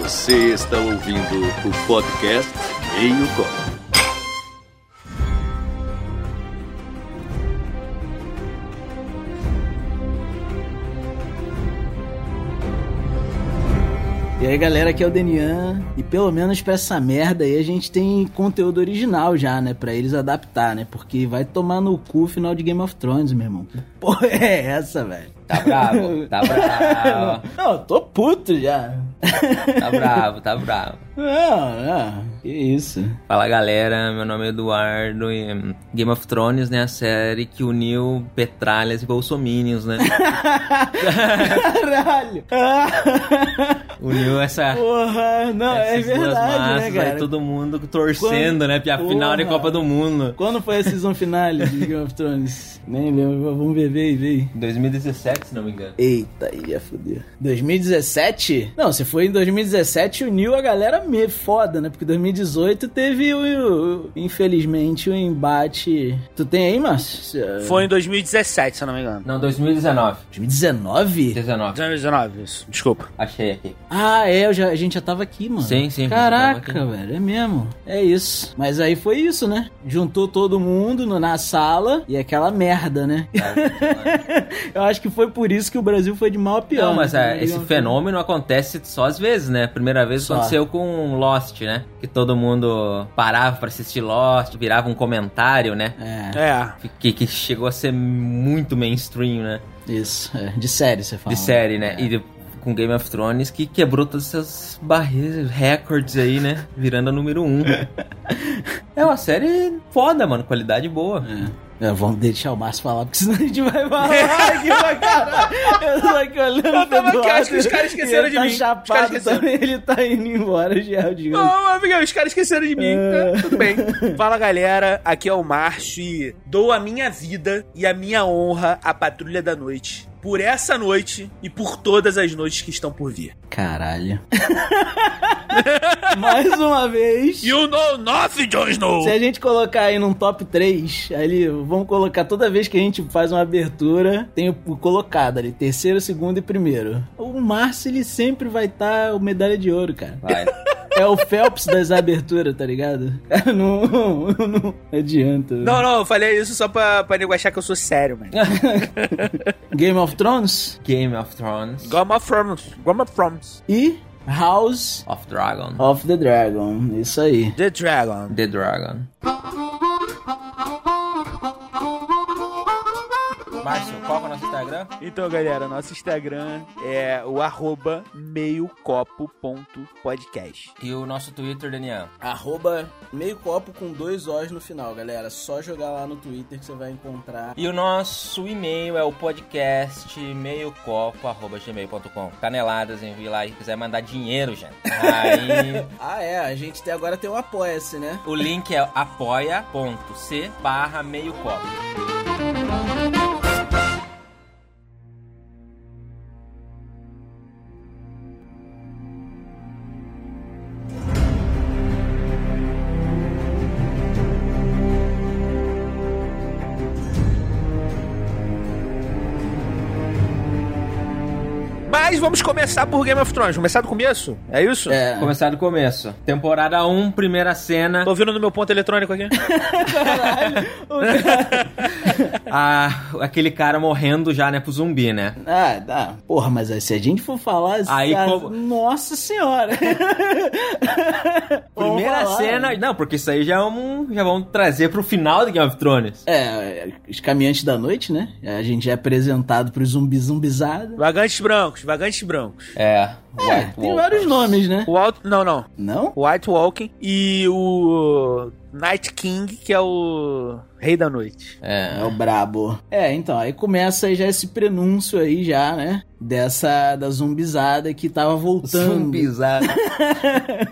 Você está ouvindo o podcast Meio Copo. E aí galera, aqui é o Denian, e pelo menos pra essa merda aí a gente tem conteúdo original já, né? Pra eles adaptar, né? Porque vai tomar no cu o final de Game of Thrones, meu irmão. Que porra é essa, velho? Tá bravo, tá bravo, Não, eu tô puto já. tá bravo, tá bravo. Não, não, que isso. Fala galera, meu nome é Eduardo e hum, Game of Thrones, né, a série que uniu petralhas e bolsominions, né? Caralho! Ah, Uniu essa... Porra, não, é essas duas verdade, né, massas, vai cara? todo mundo torcendo, Quando- né? Porque a final é Porra. Copa do Mundo. Quando foi a season finale de Game of Thrones? Nem lembro, vamos ver, ver e ver. 2017, se não me engano. Eita, aí já fodeu. 2017? Não, se foi em 2017, uniu a galera me foda, né? Porque 2018 teve o, o- infelizmente, o embate. Tu tem aí, Márcio? eh, Foi em 2017, se eu não me engano. Não, 2019. 2019? 19, 2019, isso. Desculpa. achei aqui. Ah, é, eu já- a gente já tava aqui, mano. Sim, sim, a gente Caraca, tava velho, é mesmo. É isso. Mas aí foi isso, né? Juntou todo mundo no- na sala e aquela merda, né? tá? eu acho que foi por isso que o Brasil foi de mal a pior. Não, mas né? é, esse fenômeno acontece só às vezes, né? Primeira vez Só. aconteceu com Lost, né? Que todo mundo parava pra assistir Lost, virava um comentário, né? É, É. Que, que chegou a ser muito mainstream, né? isso. é. De série, você fala. De série, né? É. E de- com Game of Thrones, que quebrou todas essas barreiras, recordes aí, né? Virando a número um. é uma série foda, mano. Qualidade boa. É, vamos deixar o Márcio falar, porque senão a gente vai falar aqui pra caralho. Eu tô aqui olhando Eu tava pro aqui, Eduardo, acho que os caras e esqueceram ele de tá mim. Os caras Chapado esqueceram. Ah. também, ele tá indo embora, Geraldinho. Não, amigão, os caras esqueceram de mim. É. né? Tudo bem. Fala, galera. Aqui é o Márcio e dou a minha vida e a minha honra à Patrulha da Noite. Por essa noite e por todas as noites que estão por vir. Caralho. Mais uma vez. You know nothing, Jon Snow! Se a gente colocar aí num top 3, ali, vamos colocar toda vez que a gente faz uma abertura, tem o o colocado ali, terceiro, segundo e primeiro. O Márcio, ele sempre vai estar o medalha de ouro, cara. Vai. É o Phelps das aberturas, tá ligado? Cara, não, não adianta. Não, não, eu falei isso só pra, pra nego achar que eu sou sério, mano. Game of Thrones Game of Thrones. Goma Thrones. Goma Thrones. e House Of Dragon. of the Dragon. Isso aí. The Dragon. The Dragon. Márcio, qual é o nosso Instagram? Então, galera, nosso Instagram é o arroba meiocopo.podcast. E o nosso Twitter, Daniel. Arroba meio copo com dois O's no final, galera. Só jogar lá no Twitter que você vai encontrar. E o nosso e-mail é o podcast meiocopo.gmail.com. Caneladas, envie lá e quiser mandar dinheiro, gente. Aí Ah, é. A gente até agora tem um apoia-se, né? o link é apoia.c barra meiocopo. Mas vamos começar por Game of Thrones. Começar do começo? É isso? É. Começar do começo. Temporada 1, primeira cena. Tô ouvindo no meu ponto eletrônico aqui. a- aquele cara morrendo já, né, pro zumbi, né? Ah, dá. Porra, mas aí, se a gente for falar... Aí, ah, como- Nossa senhora. Vamos Primeira falar, cena. Não, porque isso aí já, é um, já vamos trazer pro final do Game of Thrones. É, os caminhantes da noite, né? A gente é apresentado pros zumbis zumbizada. vagantes brancos, vagantes brancos. É. É, White tem Walkers. vários nomes, né? O alto. Não, não. Não? O White Walking e o Night King, que é o Rei da Noite. É. É o brabo. É, então, aí começa aí já esse prenúncio aí já, né? Dessa, da zumbizada que tava voltando. Zumbizado.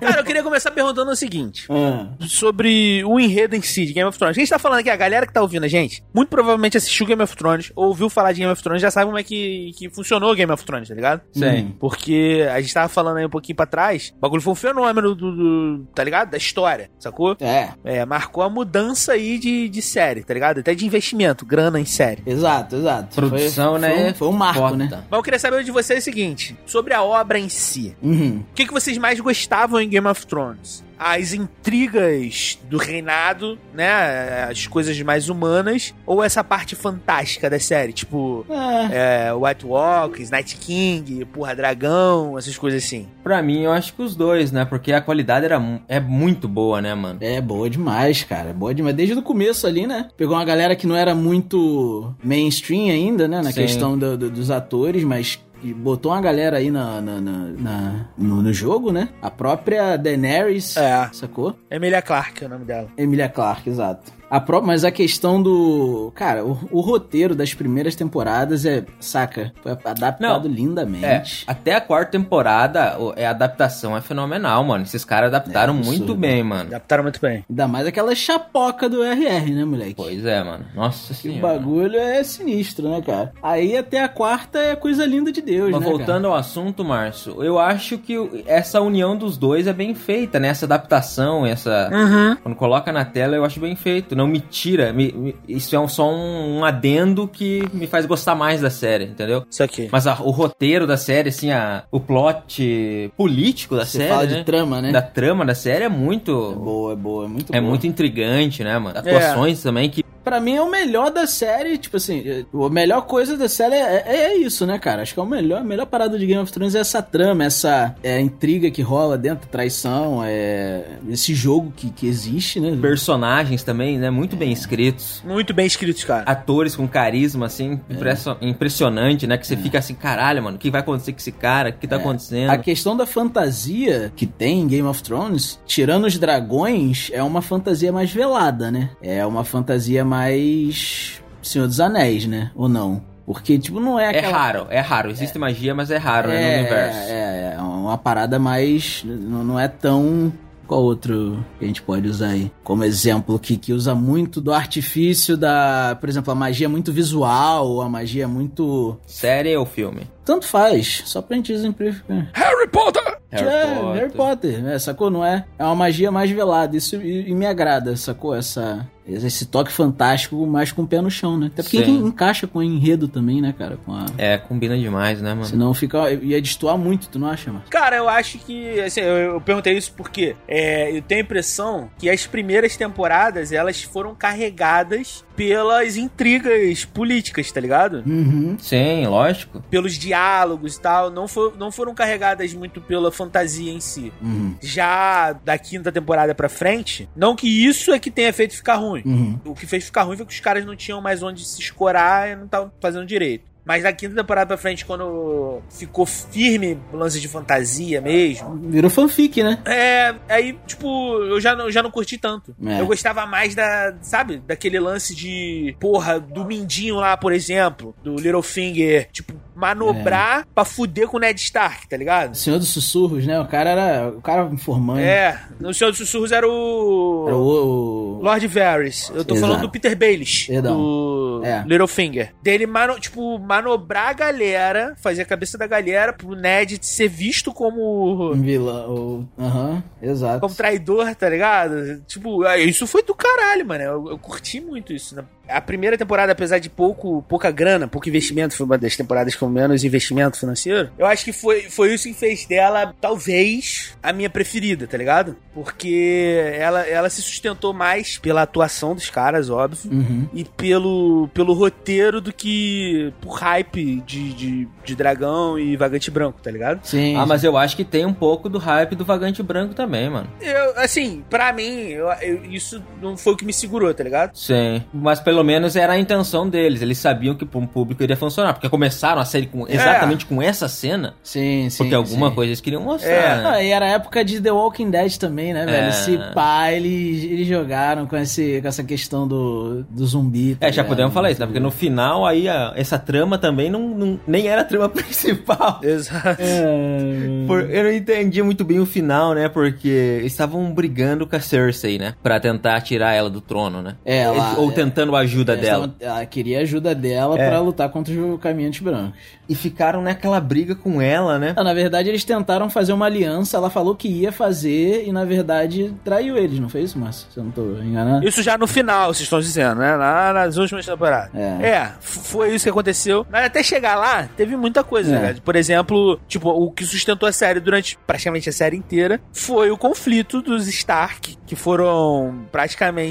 Cara, eu queria começar perguntando o seguinte. Ah, sobre o enredo em si de Game of Thrones. A gente tá falando aqui, a galera que tá ouvindo a gente, muito provavelmente assistiu Game of Thrones, ou ouviu falar de Game of Thrones, já sabe como é que, que funcionou Game of Thrones, tá ligado? Sim. Porque a gente tava falando aí um pouquinho pra trás, o bagulho foi um fenômeno do, do- tá ligado? Da história, sacou? é. É, marcou a mudança aí de, de série, tá ligado? Até de investimento, grana em série. Exato, exato. Produção, foi, né? Foi, um- foi um marco, Foda. né? Mas eu queria saber de vocês o seguinte: sobre a obra em si. Uhum. O que, que vocês mais gostavam em Game of Thrones? As intrigas do reinado, né? As coisas mais humanas, ou essa parte fantástica da série, tipo É, é, White Walkers, Night King, Porra Dragão, essas coisas assim. Pra mim, eu acho que os dois, né? Porque a qualidade era, mu- é muito boa, né, mano? é boa demais, cara. É boa demais. Desde o começo ali, né? Pegou uma galera que não era muito mainstream ainda, né? Na Sim. questão do- do- dos atores, mas que botou uma galera aí na, na- na- na- no, no jogo, né? A própria Daenerys, É. sacou? Emilia Clarke é o nome dela. Emilia Clarke, exato. A pró- mas a questão do. Cara, o, o roteiro das primeiras temporadas é. Saca? Foi adaptado É, lindamente. até a quarta temporada, o- é, a adaptação é fenomenal, mano. Esses caras adaptaram É, absurdo. muito bem, mano. Adaptaram muito bem. Ainda mais aquela chapoca do RR, né, moleque? Pois é, mano. Nossa Que senhora. bagulho é sinistro, né, cara? Aí até a quarta é coisa linda de Deus, Mas né? voltando ao assunto, Márcio, eu acho que o- essa união dos dois é bem feita, né? Essa adaptação, essa. Uhum. Quando coloca na tela, eu acho bem feito. Não me tira. me- me- isso é um- só um, um adendo que me faz gostar mais da série, entendeu? Isso aqui. Mas a- o roteiro da série, assim, a- o plot político da Você série. fala né? de trama, né? Da trama da série é É muito. boa, é boa, é muito É boa. É. muito intrigante, né, mano? Atuações também que. Pra mim é o melhor da série, tipo assim, é- a melhor coisa da série é, é- é isso, né, cara? Acho que é o melhor, a melhor parada de Game of Thrones é essa trama, essa é, intriga que rola dentro, traição, é, esse jogo que, que existe, né? Personagens também, né? Muito É. bem escritos. Muito bem escrito, cara. atores com carisma, assim, impresso- É. impressionante, né? Que você fica assim, caralho, mano, o que vai acontecer com esse cara? O que É. tá acontecendo? A questão da fantasia que tem em Game of Thrones, tirando os dragões, é uma fantasia mais velada, né? É uma fantasia mais Senhor dos Anéis, né? Ou não? Porque, tipo, não é É aquela... raro, é raro. Existe magia, mas é raro, né? É, No universo. É, é, é uma parada mais... Não não é tão... Qual outro que a gente pode usar aí? Como exemplo, que, que usa muito do artifício da... Por exemplo, a magia é muito visual, a magia é muito... Série ou filme? Tanto faz, só pra gente né? exemplificar. Harry Potter! é, Harry Potter, né? Sacou? Não é? É uma magia mais velada. Isso e, e me agrada, sacou? Essa, esse toque fantástico, mas com o pé no chão, né? Até porque Sim. encaixa com o enredo também, né, cara? Com a... É, combina demais, né, mano? Senão fica. ia destoar muito, tu não acha, Marcos? Cara, eu acho que. Assim, eu, eu perguntei isso porque é, eu tenho a impressão que as primeiras temporadas elas foram carregadas pelas intrigas políticas, tá ligado? Uhum. Sim, lógico. Pelos diálogos e tal. Não, for, não foram carregadas muito pela fantasia em si. Uhum. Já da quinta temporada pra frente, não que isso é que tenha feito ficar ruim. Uhum. O que fez ficar ruim foi que os caras não tinham mais onde se escorar e não estavam fazendo direito. Mas da quinta temporada pra frente, quando ficou firme o lance de fantasia mesmo, Virou fanfic, né? é, aí, tipo, eu já, não- já não curti tanto. É. Eu gostava mais da, sabe, daquele lance de, porra, do Mindinho lá, por exemplo, do Littlefinger, tipo, manobrar É. pra fuder com o Ned Stark, tá ligado? Senhor dos Sussurros, né? O cara era. O cara informante. É, no Senhor dos Sussurros era o... Era o. o- Lord Varys. Eu tô Exato. falando do Peter Baelish, Perdão. do É. Littlefinger. Dele, mano, tipo, manobrar a galera, fazer a cabeça da galera pro Ned ser visto como Um vilão. o- Aham, exato. como traidor, tá ligado? Tipo, ah, isso foi do caralho, mano. Eu, eu curti muito isso. né? A primeira temporada, apesar de pouco, pouca grana, pouco investimento, foi uma das temporadas com menos investimento financeiro. Eu acho que foi, foi isso que fez dela, talvez, a minha preferida, tá ligado? Porque ela, ela se sustentou mais pela atuação dos caras, óbvio. Uhum. E pelo, pelo roteiro do que por hype de, de, de dragão e vagante branco, tá ligado? Sim. Ah, mas eu acho que tem um pouco do hype do Vagante Branco também, mano. Eu, assim, pra mim, eu- eu- isso não foi o que me segurou, tá ligado? Sim. Mas pelo menos era a intenção deles. Eles sabiam que pra um público iria funcionar. Porque começaram a série com, exatamente com essa cena. Sim, sim. Porque alguma sim. coisa eles queriam mostrar. É. né? Ah, e era a época de The Walking Dead também, né, velho? É. Se pá, eles, eles jogaram com, esse, com essa questão do, do zumbi. tá É, já ligado? né? podemos falar isso, né? Porque no final aí a- essa trama trama também não, não- nem era a trama principal. Exato. É, Por- eu não entendi muito bem o final, né? Porque eles estavam brigando com a Cersei, né? Pra tentar tirar ela do trono, né? É, ela- é, Ou tentando a ajuda eles dela. tavam- Ela queria a ajuda dela pra lutar contra os caminhantes brancos. É. E ficaram naquela briga com ela, né? Ah, Na verdade, eles tentaram fazer uma aliança, ela falou que ia fazer e, na verdade, traiu eles, não foi isso, Márcio? Se eu não tô enganado. Isso já no final, vocês estão dizendo, né? Lá nas últimas temporadas. É. É, f- foi isso que aconteceu. Mas até chegar lá, teve muita coisa, É. né? cara? Por exemplo, tipo, o que sustentou a série durante praticamente a série inteira foi o conflito dos Stark, que foram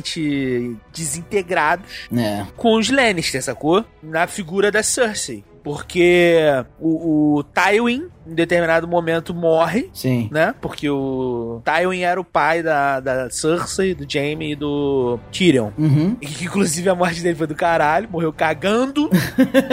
praticamente desintegrados É. com os Lannister, sacou? Na figura da Cersei. Porque o, o Tywin, em determinado momento, morre, Sim. né? Porque o Tywin era o pai da, da Cersei, do Jaime e do Tyrion. Uhum. E que, inclusive a morte dele foi do caralho, morreu cagando,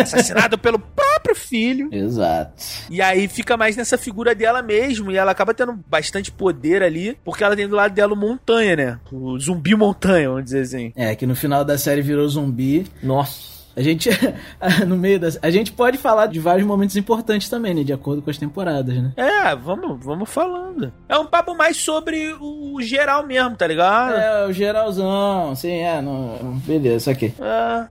assassinado pelo próprio filho. Exato. E aí fica mais nessa figura dela mesmo, e ela acaba tendo bastante poder ali, porque ela tem do lado dela o montanha, né? O zumbi montanha, vamos dizer assim. É, que no final da série virou zumbi. Nossa. A gente, no meio das, a gente pode falar de vários momentos importantes também, né? De acordo com as temporadas, né? É, vamos, vamos falando. É um papo mais sobre o geral mesmo, tá ligado? É. É, o geralzão, sim, é, não, beleza, aqui.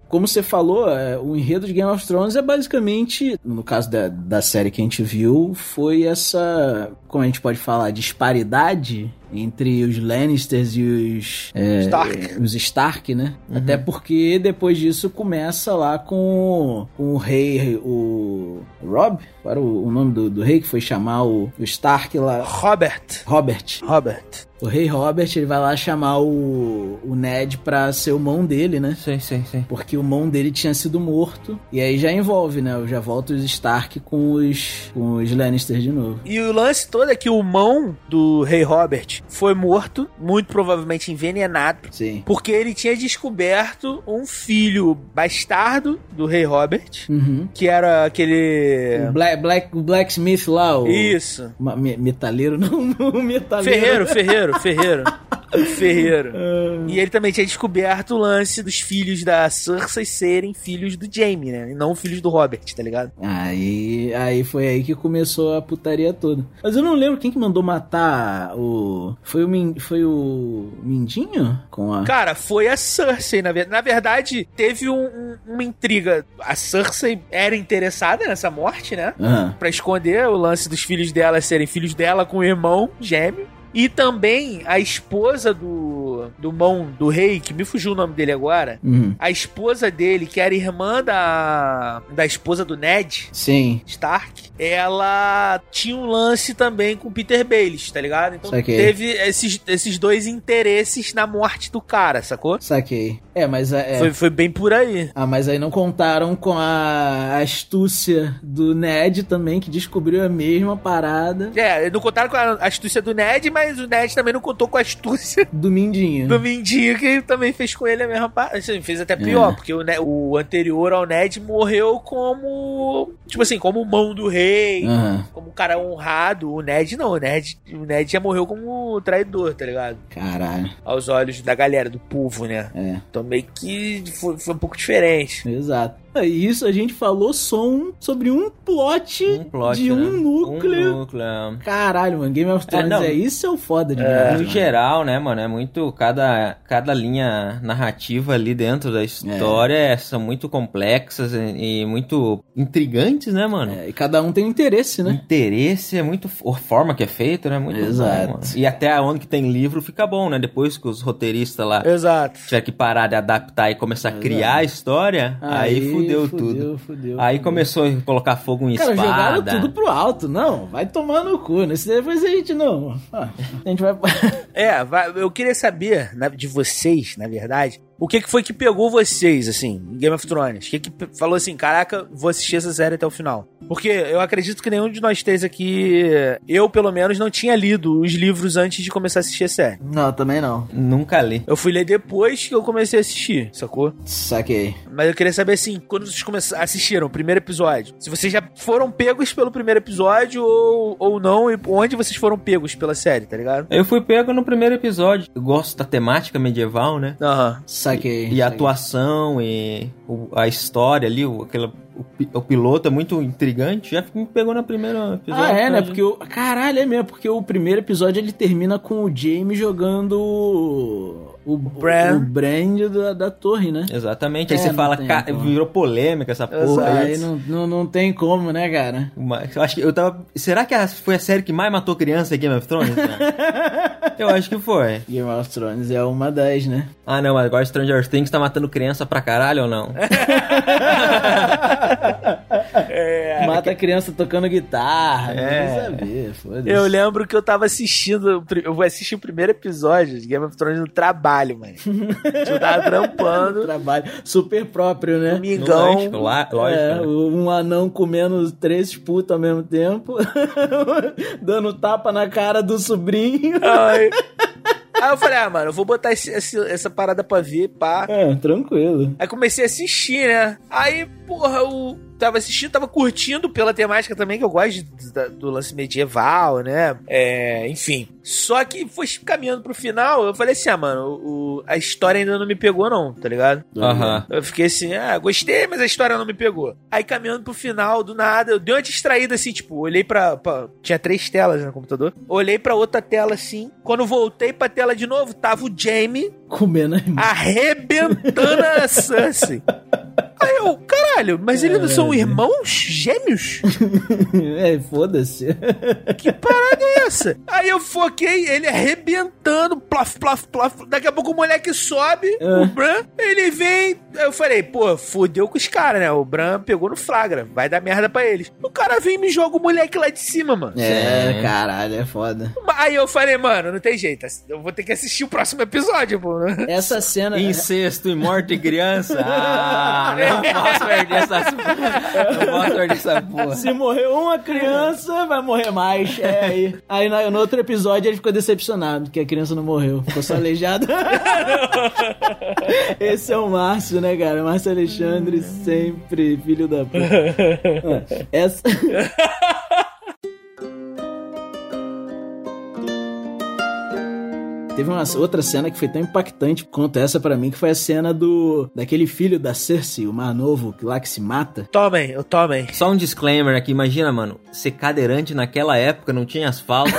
Como você falou, é, o enredo de Game of Thrones é basicamente, no caso da, da série que a gente viu, foi essa, como a gente pode falar, disparidade entre os Lannisters e os é, Stark. os Stark, né? Até porque depois disso começa lá com, com o rei, o Rob, qual era o, o nome do, do rei que foi chamar o, o Stark lá? Robert. Robert. Robert. O rei Robert, ele vai lá chamar o, o Ned pra ser o mão dele, né? Sim, sim, sim. Porque o mão dele tinha sido morto. E aí já envolve, né? Já volta os Stark com os, com os Lannister de novo. E o lance todo é que o mão do rei Robert foi morto, muito provavelmente envenenado, Sim. porque ele tinha descoberto um filho bastardo do rei Robert, Uhum. que era aquele... O, Black, Black, o Blacksmith lá, o. É. Isso. Ma- me- metaleiro, não, o metaleiro. Ferreiro, ferreiro, ferreiro. ferreiro. Ah, E ele também tinha descoberto o lance dos filhos da Cersei serem filhos do Jaime, né? E não filhos do Robert, tá ligado? Aí, aí foi aí que começou a putaria toda. Mas eu não lembro quem que mandou matar o. Foi o, Min- foi o Mindinho? Com a. Cara, foi a Cersei, na verdade. Na verdade, teve um- um- uma intriga. A Cersei era interessada nessa morte, né? Aham. Pra esconder o lance dos filhos dela serem filhos dela com o irmão gêmeo. E também a esposa do, do mão do rei, que me fugiu o nome dele agora. Uhum. A esposa dele, que era irmã da, da esposa do Ned, Sim. Stark, ela tinha um lance também com Peter Baelish, tá ligado? Então Saquei. teve esses, esses dois interesses na morte do cara, sacou? Saquei. É, mas é. Foi, foi bem por aí. Ah, mas aí não contaram com a astúcia do Ned também, que descobriu a mesma parada É, não contaram com a astúcia do Ned, mas o Ned também não contou com a astúcia do Mindinho. do Mindinho, que também fez com ele a mesma parada. Assim, fez até pior, É. porque o, Ne- o anterior ao Ned morreu como. Tipo assim, como mão do rei. Aham. Como um cara honrado, o Ned não, o Ned, o Ned já morreu como traidor, tá ligado? Caralho, Aos olhos da galera, do povo, né? é. Então meio que foi, foi um pouco diferente. Exato. Ah, E isso a gente falou só um, sobre um plot, Um plot, de né? um núcleo. Um núcleo. Caralho, mano, Game of Thrones não. é, isso é o foda de É. verdade, No mano. geral, né, mano? É muito. Cada, cada linha narrativa ali dentro da história é, são muito complexas e, e muito intrigantes, né, mano? É, e cada um tem um interesse, O né? interesse é muito. A forma que é feito, né? é Muito Exato. bom, mano. E até onde que tem livro fica bom, né? Depois que os roteiristas lá Exato. tiver que parar de adaptar e começar a Exato. criar a história, aí, fudeu, tudo. Fudeu, fudeu. Aí fudeu. começou a colocar fogo em Cara, espada. jogaram tudo pro alto. Não, vai tomar no cu. Nesse depois a gente não. Ah, a gente vai. É, vai- eu queria saber na- de vocês, na verdade, o que, que foi que pegou vocês, assim, em Game of Thrones? O que, que pe- falou assim, caraca, vou assistir essa série até o final? Porque eu acredito que nenhum de nós três aqui, eu pelo menos, não tinha lido os livros antes de começar a assistir a série. Não, também não. Nunca li. Eu fui ler depois que eu comecei a assistir, sacou? Saquei. Mas eu queria saber assim, quando vocês começaram, assistiram o primeiro episódio, se vocês já foram pegos pelo primeiro episódio ou, ou não, e onde vocês foram pegos pela série, tá ligado? Eu fui pego no primeiro episódio. Eu gosto da temática medieval, né? Aham. Saquei. E a atuação e o- a história ali, o, aquela, o, pi- o piloto é muito intrigante. Já me pegou na primeira episódio. Ah, é, né? cara, Porque o. Caralho, é mesmo, porque o primeiro episódio ele termina com o Jamie jogando o. O, Brand. o brand da, da torre, né? Exatamente. aí É, você não fala, tem "Ca- como." virou polêmica essa porra aí. Aí não, não, não tem como, né, cara? Mas eu acho que eu tava. Será que a- foi a série que mais matou criança em Game of Thrones? cara? eu acho que foi. Game of Thrones é uma das, né? Ah, não, mas agora Stranger Things tá matando criança pra caralho ou não? É, É, Mata a criança tocando guitarra. É. Não sabia, foda-se. Eu lembro que eu tava assistindo. Eu vou assistir o primeiro episódio de Game of Thrones no trabalho, mano. eu tava Do trampando. trabalho super próprio, né? Domingão. Lógico, lá- lógico. É, né? um anão comendo três putos ao mesmo tempo, dando tapa na cara do sobrinho. Aí... Aí eu falei, ah, mano, eu vou botar esse- esse- essa parada pra ver, pá. É, tranquilo. Aí comecei a assistir, né? Aí, porra, eu tava assistindo, tava curtindo pela temática também, que eu gosto de- da- do lance medieval, né? É, enfim. Só que foi caminhando pro final, eu falei assim, ah, mano, o- o- a história ainda não me pegou, não, tá ligado? Aham. Eu fiquei assim, ah, gostei, mas a história não me pegou. Aí caminhando pro final, do nada, eu dei uma distraída assim, tipo, olhei pra. pra- tinha três telas no computador. Olhei pra outra tela assim. Quando voltei pra tela de novo, tava o Jamie Comendo a irmã. arrebentando a Sansa. Aí eu, caralho, mas eles não são irmãos gêmeos? É, foda-se. Que parada é essa? Aí eu foquei, ele arrebentando, plof, plof, plof. Daqui a pouco o moleque sobe, o Bran, ele vem. Aí eu falei, pô, fudeu com os caras, né? O Bran pegou no flagra, vai dar merda pra eles. O cara vem e me joga o moleque lá de cima, mano. É, caralho, é foda. Aí eu falei, mano, não tem jeito, eu vou ter que assistir o próximo episódio, pô. Essa cena. né? é- Incesto e morte de criança? Ah, não posso perder essa. Não posso perder essa porra. Se morrer uma criança, vai morrer mais. É aí. Aí na- no outro episódio ele ficou decepcionado, que a criança não morreu. Ficou só aleijado. Esse é o Márcio, né, cara? Márcio Alexandre, sempre filho da puta. Essa. Teve uma outra cena que foi tão impactante quanto essa pra mim, que foi a cena do daquele filho da Cersei, o mar novo, que lá que se mata. Tomem, eu tomem. Só um disclaimer aqui, imagina, mano, ser cadeirante naquela época não tinha asfalto.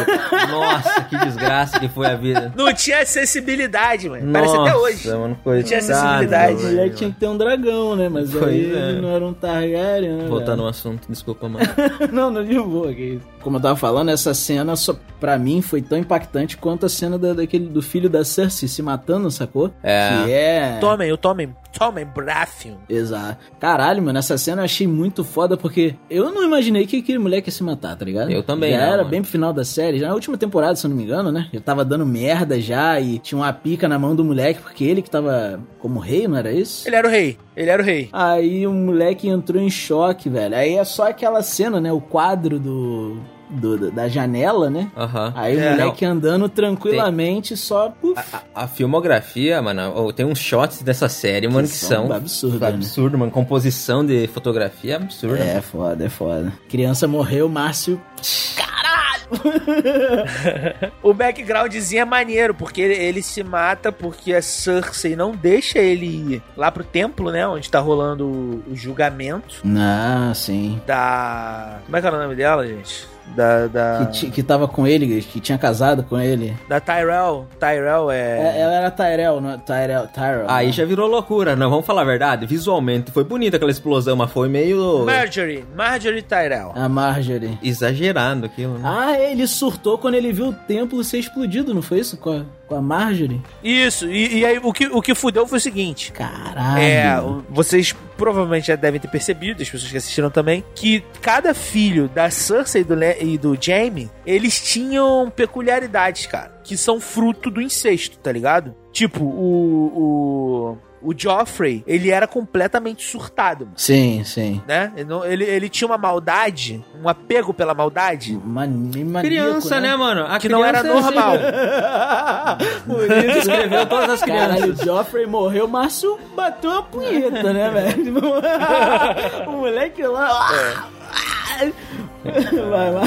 Nossa, que desgraça que foi a vida. Não tinha acessibilidade, mano. Parece Nossa, até hoje. Mano, coitado, Tinha acessibilidade. A velho. mulher tinha que ter um dragão, né? Mas Pois aí é. ele não era um Targaryen, né? Voltando ao assunto, desculpa, mano. velho? não, não de boa. Que isso. Como eu tava falando, essa cena só, pra mim foi tão impactante quanto a cena da- daquele, do filho da Cersei se matando, sacou? É. Que é. Tomem, eu tomem. Tomem, Brathion. Exato. Caralho, mano, essa cena eu achei muito foda porque eu não imaginei que aquele moleque ia se matar, tá ligado? Eu também Já não, era mano. bem pro final da série, já na última temporada, se eu não me engano, né? Eu tava dando merda já e tinha uma pica na mão do moleque porque ele que tava como rei, não era isso? Ele era o rei. Ele era o rei. Aí o moleque entrou em choque, velho. Aí é só aquela cena, né? O quadro do, do- do- da janela, né? Aham. Aí o É, moleque andando tranquilamente, só. Puf, A filmografia, mano, ou tem uns shots dessa série, mano, que, são. absurdo, né? Absurdo, mano. Composição de fotografia absurda. É foda, é foda. Criança morreu, Márcio. O backgroundzinho é maneiro, porque ele, ele se mata porque a Cersei não deixa ele ir lá pro templo, né? Onde tá rolando o, o julgamento Ah, sim. da. Como é que era o nome dela, gente? Da. Da, Que, ti- que tava com ele, que tinha casado com ele. da Tyrell. Tyrell é. É, Ela era Tyrell, não? Tyrell, Tyrell. Ah, Aí né? já virou loucura, não, vamos falar a verdade. Visualmente foi bonita aquela explosão, mas foi é. meio Marjorie. Marjorie Tyrell. A Marjorie. exagerado aquilo. né? Ah, ele surtou quando ele viu o templo ser explodido, não foi isso? Com a, com a Marjorie? Isso, e, e aí o que, o que fudeu foi o seguinte. Caralho. É, o- vocês provavelmente já devem ter percebido, as pessoas que assistiram também, que cada filho da Cersei e do, Le- e do Jaime, eles tinham peculiaridades, cara, que são fruto do incesto, tá ligado? Tipo, o. O, o Joffrey, ele era completamente surtado, mano, Sim, sim. né? Ele, não- ele, ele tinha uma maldade, um apego pela maldade. Mani- maníaco, Criança, né, mano? A Que não era criança é assim, normal. Bonito. Escreveu todas as Caralho, o crianças. Joffrey morreu, o Márcio bateu uma É. punheta, né, velho? o moleque lá. ah, ah, Vai lá.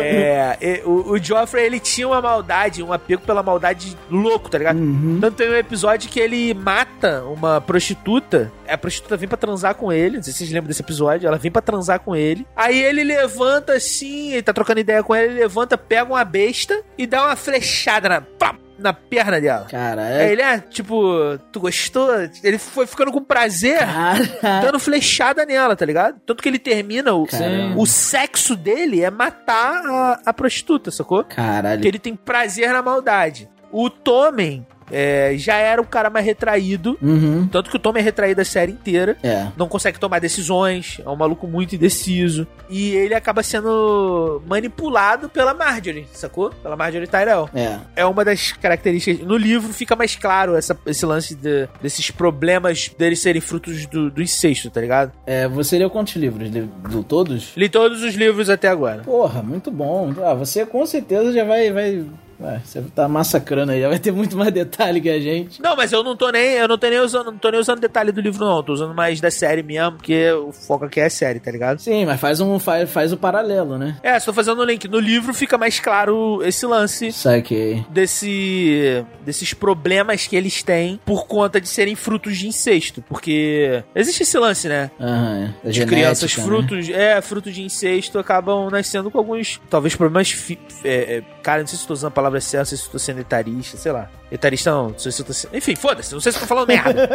É, e- o, o Joffrey, ele tinha uma maldade, um apego pela maldade louco, tá ligado? Uhum. Tanto tem um episódio que ele mata uma prostituta. A prostituta vem pra transar com ele. Não sei se vocês lembram desse episódio. Ela vem pra transar com ele. Aí ele levanta assim, ele tá trocando ideia com ela. Ele levanta, pega uma besta e dá uma flechada na, pá, na perna dela. Aí Caralho. ele é, tipo, tu gostou? Ele foi ficando com É. prazer Caralho. dando flechada nela, tá ligado? Tanto que ele termina o, Sim. o sexo dele é matar a, a prostituta, sacou? Caralho. Porque ele tem prazer na maldade. O Tommen é, já era o cara mais retraído. Uhum. Tanto que o Tommen é retraído a série inteira. É. Não consegue tomar decisões. É um maluco muito indeciso. E ele acaba sendo manipulado pela Marjorie, sacou? Pela Marjorie Tyrell É. é uma das características. No livro fica mais claro essa- esse lance de- desses problemas deles serem frutos do, do incesto, tá ligado? é. Você leu quantos livros? Leu leu todos? Li todos os livros até agora. Porra, muito bom. Ah, você com certeza já vai. vai... Ué, você tá massacrando aí, já vai ter muito mais detalhe que a gente. Não, mas eu não tô nem, eu não tô nem usando, não tô nem usando detalhe do livro não, tô usando mais da série mesmo, porque o foco aqui é série, tá ligado? Sim, mas faz um faz, faz o paralelo, né? É, só fazendo o link. No livro fica mais claro esse lance Saquei. desse desses problemas que eles têm por conta de serem frutos de incesto, porque existe esse lance, né? Aham. é. Da de genética, crianças né? frutos, é, frutos de incesto acabam nascendo com alguns, talvez problemas, fi- é, é, cara, não sei se eu tô usando a palavra certa, não sei se eu tô sendo etarista, sei lá, etarista não, não sei se eu tô sendo, enfim, foda-se, não sei se eu tô falando merda,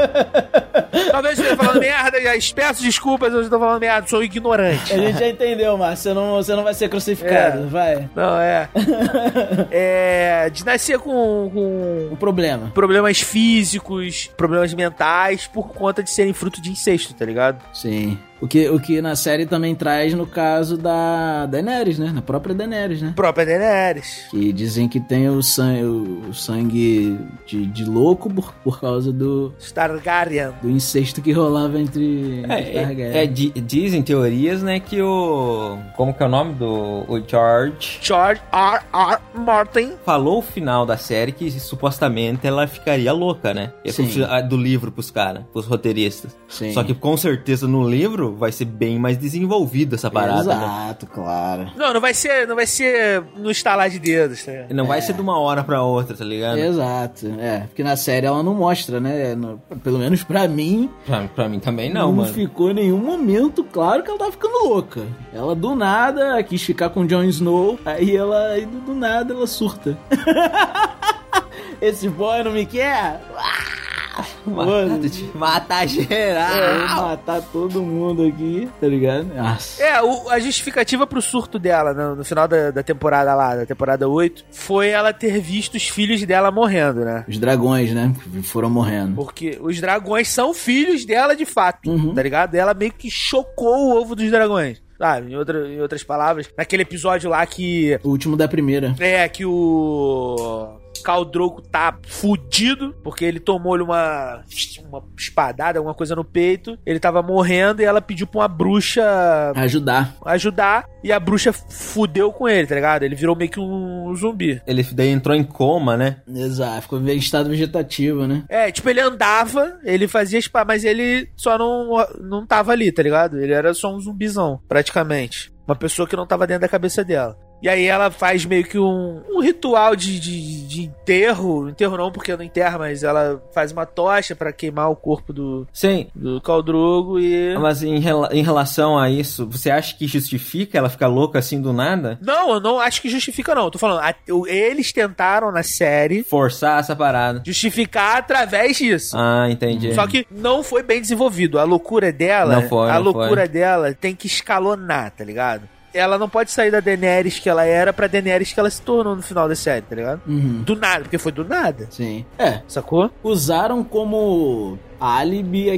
talvez eu esteja falando merda, já peço desculpas, eu estou falando merda, sou ignorante. A gente já entendeu, Márcio. Você não, você não vai ser crucificado, É. vai. Não, é. É. De nascer com- com O problema. problemas físicos, problemas mentais, por conta de serem fruto de incesto, tá ligado? Sim. O que, o que na série também traz no caso da Daenerys, né? Na própria Daenerys, né? Própria Daenerys. Que dizem que tem o sangue, o sangue de, de louco por, por causa do, Targaryen. do incesto que rolava entre, entre É, Targaryen. é, é, di- dizem teorias, né, que o. Como que é o nome do o George? George R. R. Martin. Falou o final da série que supostamente ela ficaria louca, né? É como Sim. se- ah, do livro pros caras, pros roteiristas. Sim. Só que com certeza no livro vai ser bem mais desenvolvida essa parada, né? Exato, claro. Não, não vai ser, não vai ser no estalar de dedos, tá ligado? Não É. vai ser de uma hora pra outra, tá ligado? Exato, é. Porque na série ela não mostra, né? No- pelo menos pra mim, Pra, pra mim também não, não mano. ficou em nenhum momento claro que ela tava ficando louca. Ela do nada quis ficar com o Jon Snow, aí ela aí do do nada ela surta. Esse boy não me quer? Ah, Mata, te- mata É, Eu vou geral! matar todo mundo aqui, tá ligado? Nossa. É, o- a justificativa pro surto dela né? no, no final da, da temporada lá, da temporada 8, foi ela ter visto os filhos dela morrendo, né? Os dragões, né? Foram morrendo. Porque os dragões são filhos dela de fato, Uhum. tá ligado? Ela meio que chocou o ovo dos dragões. Sabe? Em, outra- em outras palavras, naquele episódio lá que. O último da primeira. É, que o. Caldrogo tá fudido, porque ele tomou-lhe uma, uma espadada, alguma coisa no peito. Ele tava morrendo e ela pediu pra uma bruxa Ajudar. ajudar. E a bruxa fudeu com ele, tá ligado? Ele virou meio que um zumbi. Ele daí entrou em coma, né? Exato. Ficou em estado vegetativo, né? É, tipo, ele andava, ele fazia spa, mas ele só não, não tava ali, tá ligado? Ele era só um zumbizão, praticamente. Uma pessoa que não tava dentro da cabeça dela. E aí ela faz meio que um, um ritual de, de, de enterro. Enterro não, porque não enterra, mas ela faz uma tocha pra queimar o corpo do, Sim, do Caldrogo e. Mas em, rela- em relação a isso, você acha que justifica ela ficar louca assim do nada? Não, eu não acho que justifica, não. Eu tô falando, a- o- eles tentaram na série Forçar essa parada. justificar através disso. Ah, entendi. Só que não foi bem desenvolvido. A loucura dela, Não foi, a não loucura foi. dela tem que escalonar, tá ligado? Ela não pode sair da Daenerys que ela era pra Daenerys que ela se tornou no final da série, tá ligado? Uhum. Do nada, porque foi do nada, Sim. É, sacou? usaram como álibi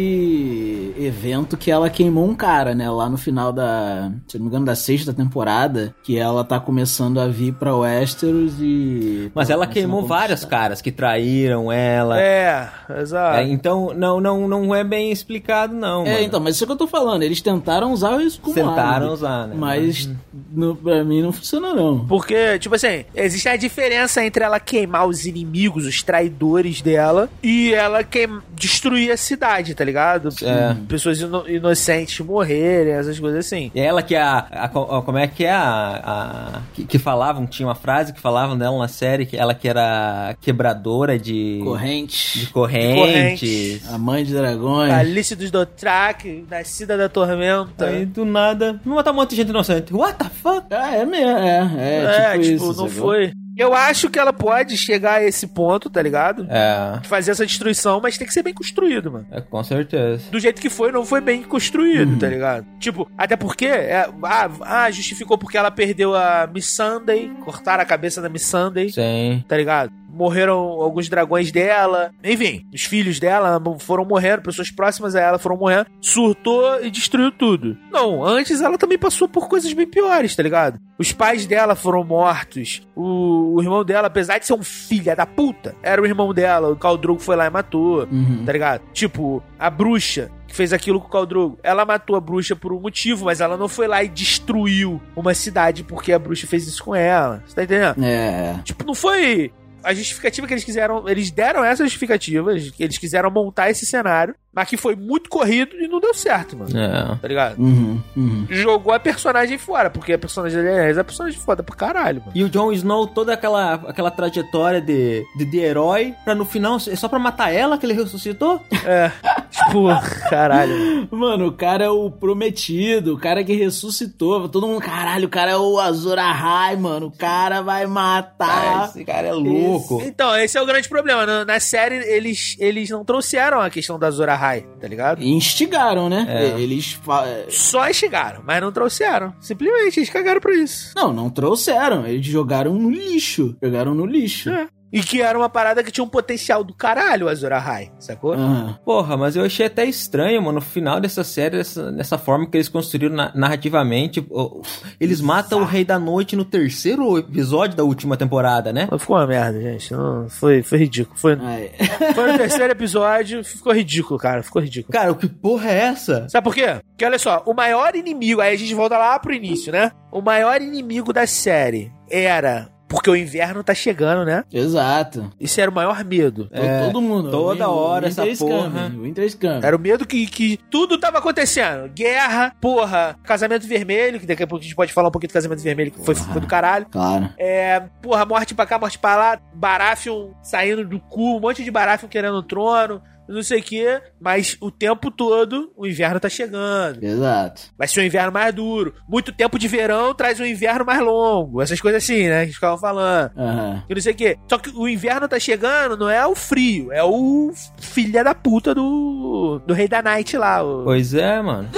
aquele evento que ela queimou um cara, né? Lá no final da, se eu não me engano, da sexta temporada, que ela tá começando a vir pra Westeros e... Mas tá ela começando queimou a vários conquistar. caras que traíram ela. É, exato. É, então, não, não, não é bem explicado, não. É, mano. então, mas isso é que eu tô falando, eles tentaram usar isso como Tentaram álibi, usar, né? mas no, pra mim não funciona não. Porque, tipo assim, existe a diferença entre ela queimar os inimigos, os traidores dela, e ela queim... destruir a cidade, tá ligado? É. P- pessoas ino- inocentes morrerem, essas coisas assim. E ela que é a, a co- a- Como é que é a. a- que, que falavam, tinha uma frase que falavam dela na série, que ela que era quebradora de. De Corrente. correntes. A mãe de É. dragões. Tá Alice dos Dothraki, Nascida da Tormenta. Aí do nada. Vamos matar um monte de gente inocente. What the fuck? Ah, é mesmo, é. É, tipo, isso, não sacou? foi. Eu acho que ela pode chegar a esse ponto, tá ligado? É, Fazer essa destruição, mas tem que ser bem construído, mano. é, com certeza. do jeito que foi, não foi bem construído, Hum. tá ligado? Tipo, até porque, é, ah, ah, justificou porque ela perdeu a Miss Sunday, cortaram a cabeça da Miss Sunday, Sim. tá ligado? Morreram alguns dragões dela, enfim, os filhos dela foram morrendo, pessoas próximas a ela foram morrendo, surtou e destruiu tudo. Não, antes ela também passou por coisas bem piores, tá ligado? Os pais dela foram mortos, o, o irmão dela, apesar de ser um filho da puta, era o irmão dela, o Caldrogo foi lá e matou Uhum. tá ligado? Tipo, a bruxa que fez aquilo com o Caldrogo, ela matou a bruxa por um motivo, mas ela não foi lá e destruiu uma cidade porque a bruxa fez isso com ela. Você tá entendendo? É. Tipo, não foi a justificativa que eles quiseram. Eles deram essa justificativa, eles quiseram montar esse cenário, mas que foi muito corrido e não deu certo, mano. É. Tá ligado? Uhum, uhum. Jogou a personagem fora, porque a personagem da Daenerys é a personagem foda pra caralho, mano. E o Jon Snow, toda aquela, aquela trajetória de, de, de herói, pra no final, é só pra matar ela que ele ressuscitou? É. tipo, caralho. Mano, o cara é o prometido, o cara que ressuscitou. Todo mundo, caralho, o cara é o Azor Ahai, mano. O cara vai matar. cara é Então, esse é o grande problema. Na, na série, eles, eles não trouxeram a questão da Zora High, tá ligado? Instigaram, né? É. Eles. fa- é, Só chegaram, mas não trouxeram. Simplesmente, eles cagaram pra isso. Não, não trouxeram. Eles jogaram no lixo. Jogaram no lixo. É. E que era uma parada que tinha um potencial do caralho, a Zora High, sacou? Aham. Porra, mas eu achei até estranho, mano, no final dessa série, essa- nessa forma que eles construíram na- narrativamente. o- o- Eles matam o Rei da Noite no terceiro episódio da última temporada, né? Mas ficou uma merda, gente. Não, foi, foi ridículo. Foi, Ai. foi no terceiro episódio, ficou ridículo, cara. Ficou ridículo. Cara, o que porra é essa? Sabe por quê? Porque olha só, o maior inimigo, aí a gente volta lá pro início, né? O maior inimigo da série era. Porque o inverno tá chegando, né? Exato. Isso era o maior medo. É, todo mundo. toda O Win- hora o essa Winter porra. Scam, O Winter Scam. Era o medo que, que tudo tava acontecendo. Guerra, porra, casamento vermelho, que daqui a pouco a gente pode falar um pouquinho do casamento vermelho, que foi, Porra. foi do caralho. Claro. É, porra, morte pra cá, morte pra lá, Baratheon saindo do cu, um monte de Baratheon querendo o trono, não sei o quê. Mas o tempo todo, o inverno tá chegando. Exato. Vai ser um inverno mais duro. Muito tempo de verão traz um inverno mais longo. Essas coisas assim, né, que ficavam falando. Aham. Que não sei o quê. Só que o inverno tá chegando, não é o frio, é o filha da puta do, do rei da night lá, o... Pois é, mano.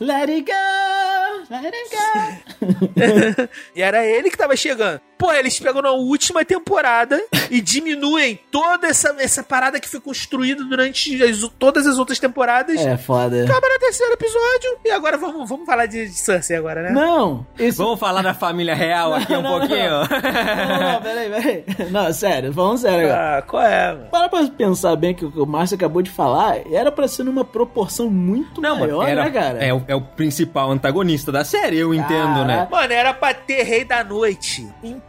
let it go! Let it go! E era ele que tava chegando. Pô, eles pegam na última temporada e diminuem toda essa, essa parada que foi construída durante as- todas as outras temporadas. É foda. Acaba no terceiro episódio. E agora vamos, vamos falar de, de Cersei agora, né? Não! Isso Vamos falar da família real aqui um Não, não, não. pouquinho? Não, não, peraí, peraí. Não, sério, vamos sério agora. Ah, qual é, mano? Para pra pensar bem que o que o Márcio acabou de falar, era pra ser numa proporção muito Não, mano, maior, era, né, cara? É, o, é o principal antagonista da série, eu entendo, né? Mano, era pra ter Rei da Noite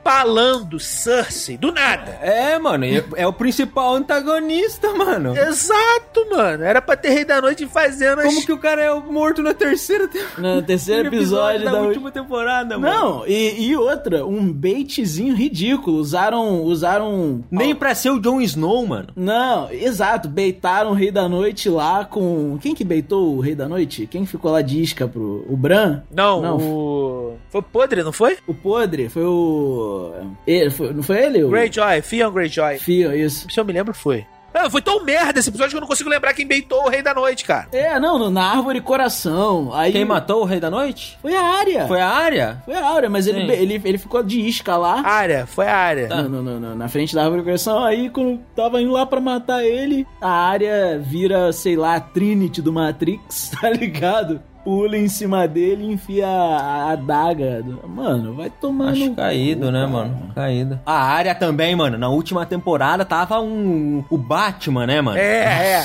empalando Cersei do nada. É, mano, e é, é o principal antagonista, mano. Exato, mano. Era pra ter Rei da Noite fazendo as... Como que o cara é morto na terceira temporada? No terceiro episódio da, última. última temporada, mano. Não, e, e outra, um baitzinho ridículo. Usaram. Usaram. Nem pra ser o Jon Snow, mano. Não, exato, beitaram o Rei da Noite lá com. Quem que beitou o Rei da Noite? Quem ficou lá de isca pro. O Bran? Não, Não. o... Foi podre, não foi? O Podre? Foi o. Ele, foi- não foi ele? O Greyjoy, Theon Greyjoy. Fio, isso. Se eu me lembro, foi. Ah, foi tão merda esse episódio que eu não consigo lembrar quem beitou o Rei da Noite, cara. É, não, no- na Árvore Coração. Aí Quem matou o Rei da Noite? Foi a área. Foi a Arya? Foi a Áurea, mas ele, Sim. Ah, tá. ele, ele ficou de isca lá. Área, foi a área. No- no- no- no- na frente da árvore de coração, aí quando tava indo lá pra matar ele, a área vira, sei lá, a Trinity do Matrix, tá ligado? pula em cima dele e enfia a a adaga. do- Mano, vai tomar no Acho cu, caído, né, cara. mano? Caído. A área também, mano. Na última temporada tava um. O Batman, né, mano? É, é.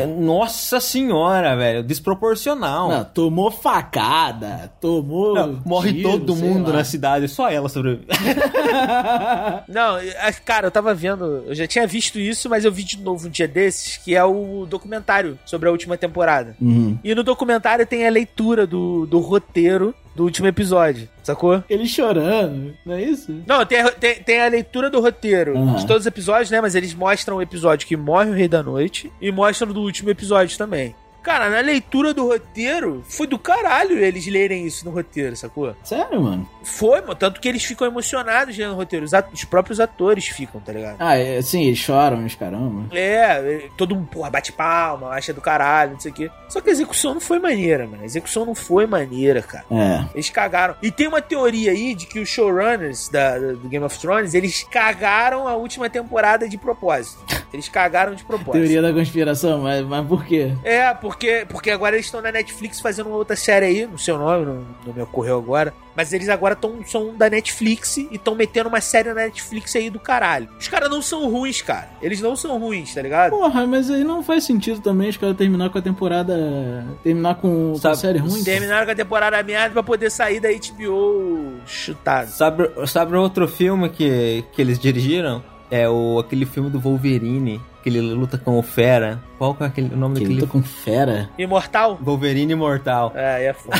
É, Nossa senhora, velho. Desproporcional. Não, tomou facada, tomou. Não, morre Tipo, tiro, todo sei mundo né? lá. na cidade, só ela sobrevive. Não, é, cara, eu tava vendo, eu já tinha visto isso, mas eu vi de novo um dia desses, que é o documentário sobre a última temporada. Uhum. E no documentário tem a leitura do, do roteiro do último episódio, sacou? Ele chorando, não é isso? Não, tem a, tem, tem a leitura do roteiro Uhum. de todos os episódios, né? Mas eles mostram o episódio que morre o Rei da Noite e mostram do último episódio também. Cara, na leitura do roteiro, foi do caralho eles lerem isso no roteiro, sacou? Sério, mano? Foi, mano. Tanto que eles ficam emocionados lendo o roteiro. Os, at- os próprios atores ficam, tá ligado? Ah, é, assim, eles choram, os caramba. É, é, todo mundo, porra, bate palma, acha do caralho, não sei o quê. Só que a execução não foi maneira, mano. A execução não foi maneira, cara. É. Eles cagaram. E tem uma teoria aí de que os showrunners da- da- do Game of Thrones, eles cagaram a última temporada de propósito. Eles cagaram de propósito. Teoria da conspiração, mas, mas por quê? É, porque, porque agora eles estão na Netflix fazendo uma outra série aí, no seu nome, não, não me ocorreu agora. Mas eles agora tão, são da Netflix e estão metendo uma série na Netflix aí do caralho. Os caras não são ruins, cara. Eles não são ruins, tá ligado? Porra, mas aí não faz sentido também os caras terminar com a temporada. Terminar com, com Sabe, série ruim. Terminaram com a temporada meada pra poder sair da HBO chutado. Sabe, sabe outro filme que, que eles dirigiram? É o, aquele filme do Wolverine, que ele luta com o Fera. Qual que é aquele, o nome Que daquele luta com fera. Imortal? Wolverine Imortal. É, é foda.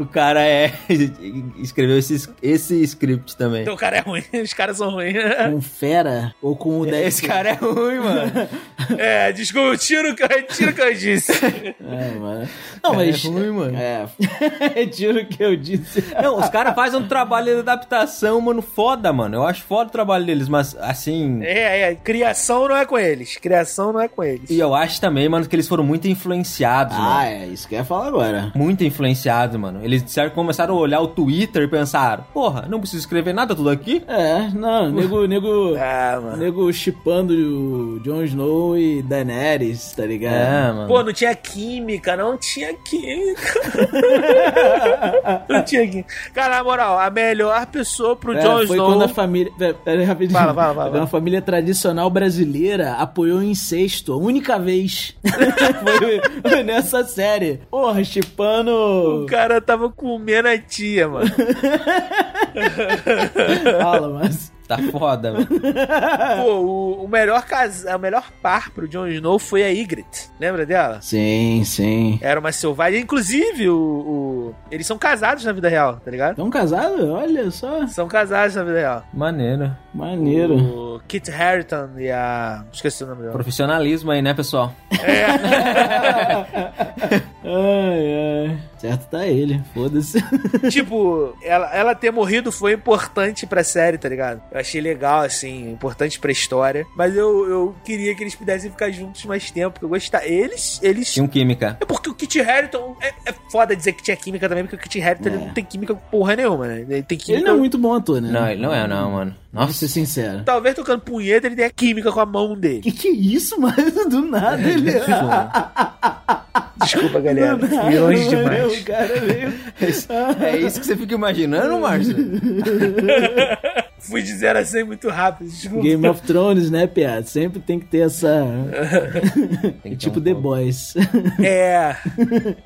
O cara é. escreveu esse, esse script também. Então o cara é ruim, os caras são ruins. Com fera ou com o Deadpool. Esse cara é ruim, mano. É, desculpa, tira o que, eu- tira o que eu disse. É, mano. Não, Cara, é mas. ruim, mano. É. Retiro o que eu disse. Não, os caras fazem um trabalho de adaptação, mano, foda, mano. Eu acho foda o trabalho deles, mas assim. É, é, criação não é com eles, criação não é com eles. E eu acho também, mano, que eles foram muito influenciados, Ah, mano. é isso que eu ia falar agora. Muito influenciados, mano. Eles disseram que começaram a olhar o Twitter e pensaram: porra, não preciso escrever nada tudo aqui. É, não, nego, nego, É. Ah, mano. nego chipando o Jon Snow e Daenerys, tá É. ligado? mano. Pô, não tinha química, não tinha química. não tinha química. Cara, na moral, a melhor pessoa pro É, Jon foi Snow. quando a família. Pera, pera, rapidinho. Fala, fala, fala. Quando a família tradicional brasileira apoiou o incesto, a única vez. foi, foi nessa série. Porra, O chipando. cara tava comendo a tia, mano. Fala, mas. Tá foda, mano. É. Pô, o, o melhor cas... a melhor par pro Jon Snow foi a Ygritte. Lembra dela? Sim, sim. Era uma selvagem. Inclusive, o, o- eles são casados na vida real, tá ligado? Estão casados? Olha só. São casados na vida real. Maneiro. Maneiro. O Kit Harington e a. Esqueci o nome dela. Profissionalismo aí, né, pessoal? Ai, ai. Certo tá ele. Foda-se. tipo, ela, ela ter morrido foi importante pra série, tá ligado? Eu achei legal, assim, importante pra história. Mas eu, eu queria que eles pudessem ficar juntos mais tempo, porque eu gostava. Eles. Eles. Tinha um química. É porque o Kit Harington. É, é foda dizer que tinha química também, porque o Kit Harington É. ele não tem química com porra nenhuma, né? Ele tem química. Ele não é muito bom ator, né? Não, ele não é, não, mano. Vamos Nossa, ser sincero. Talvez tocando punheta ele tenha química com a mão dele. Que que é isso, mano? Do nada ele. Desculpa, galera. Do nada, Fui longe mano, demais. O cara veio. é isso que você fica imaginando, Márcio? Fui de 0 a 100 muito rápido, desculpa. Game of Thrones, né, Piá? Sempre tem que ter essa. Tem que ter tipo um The pouco. Boys. É.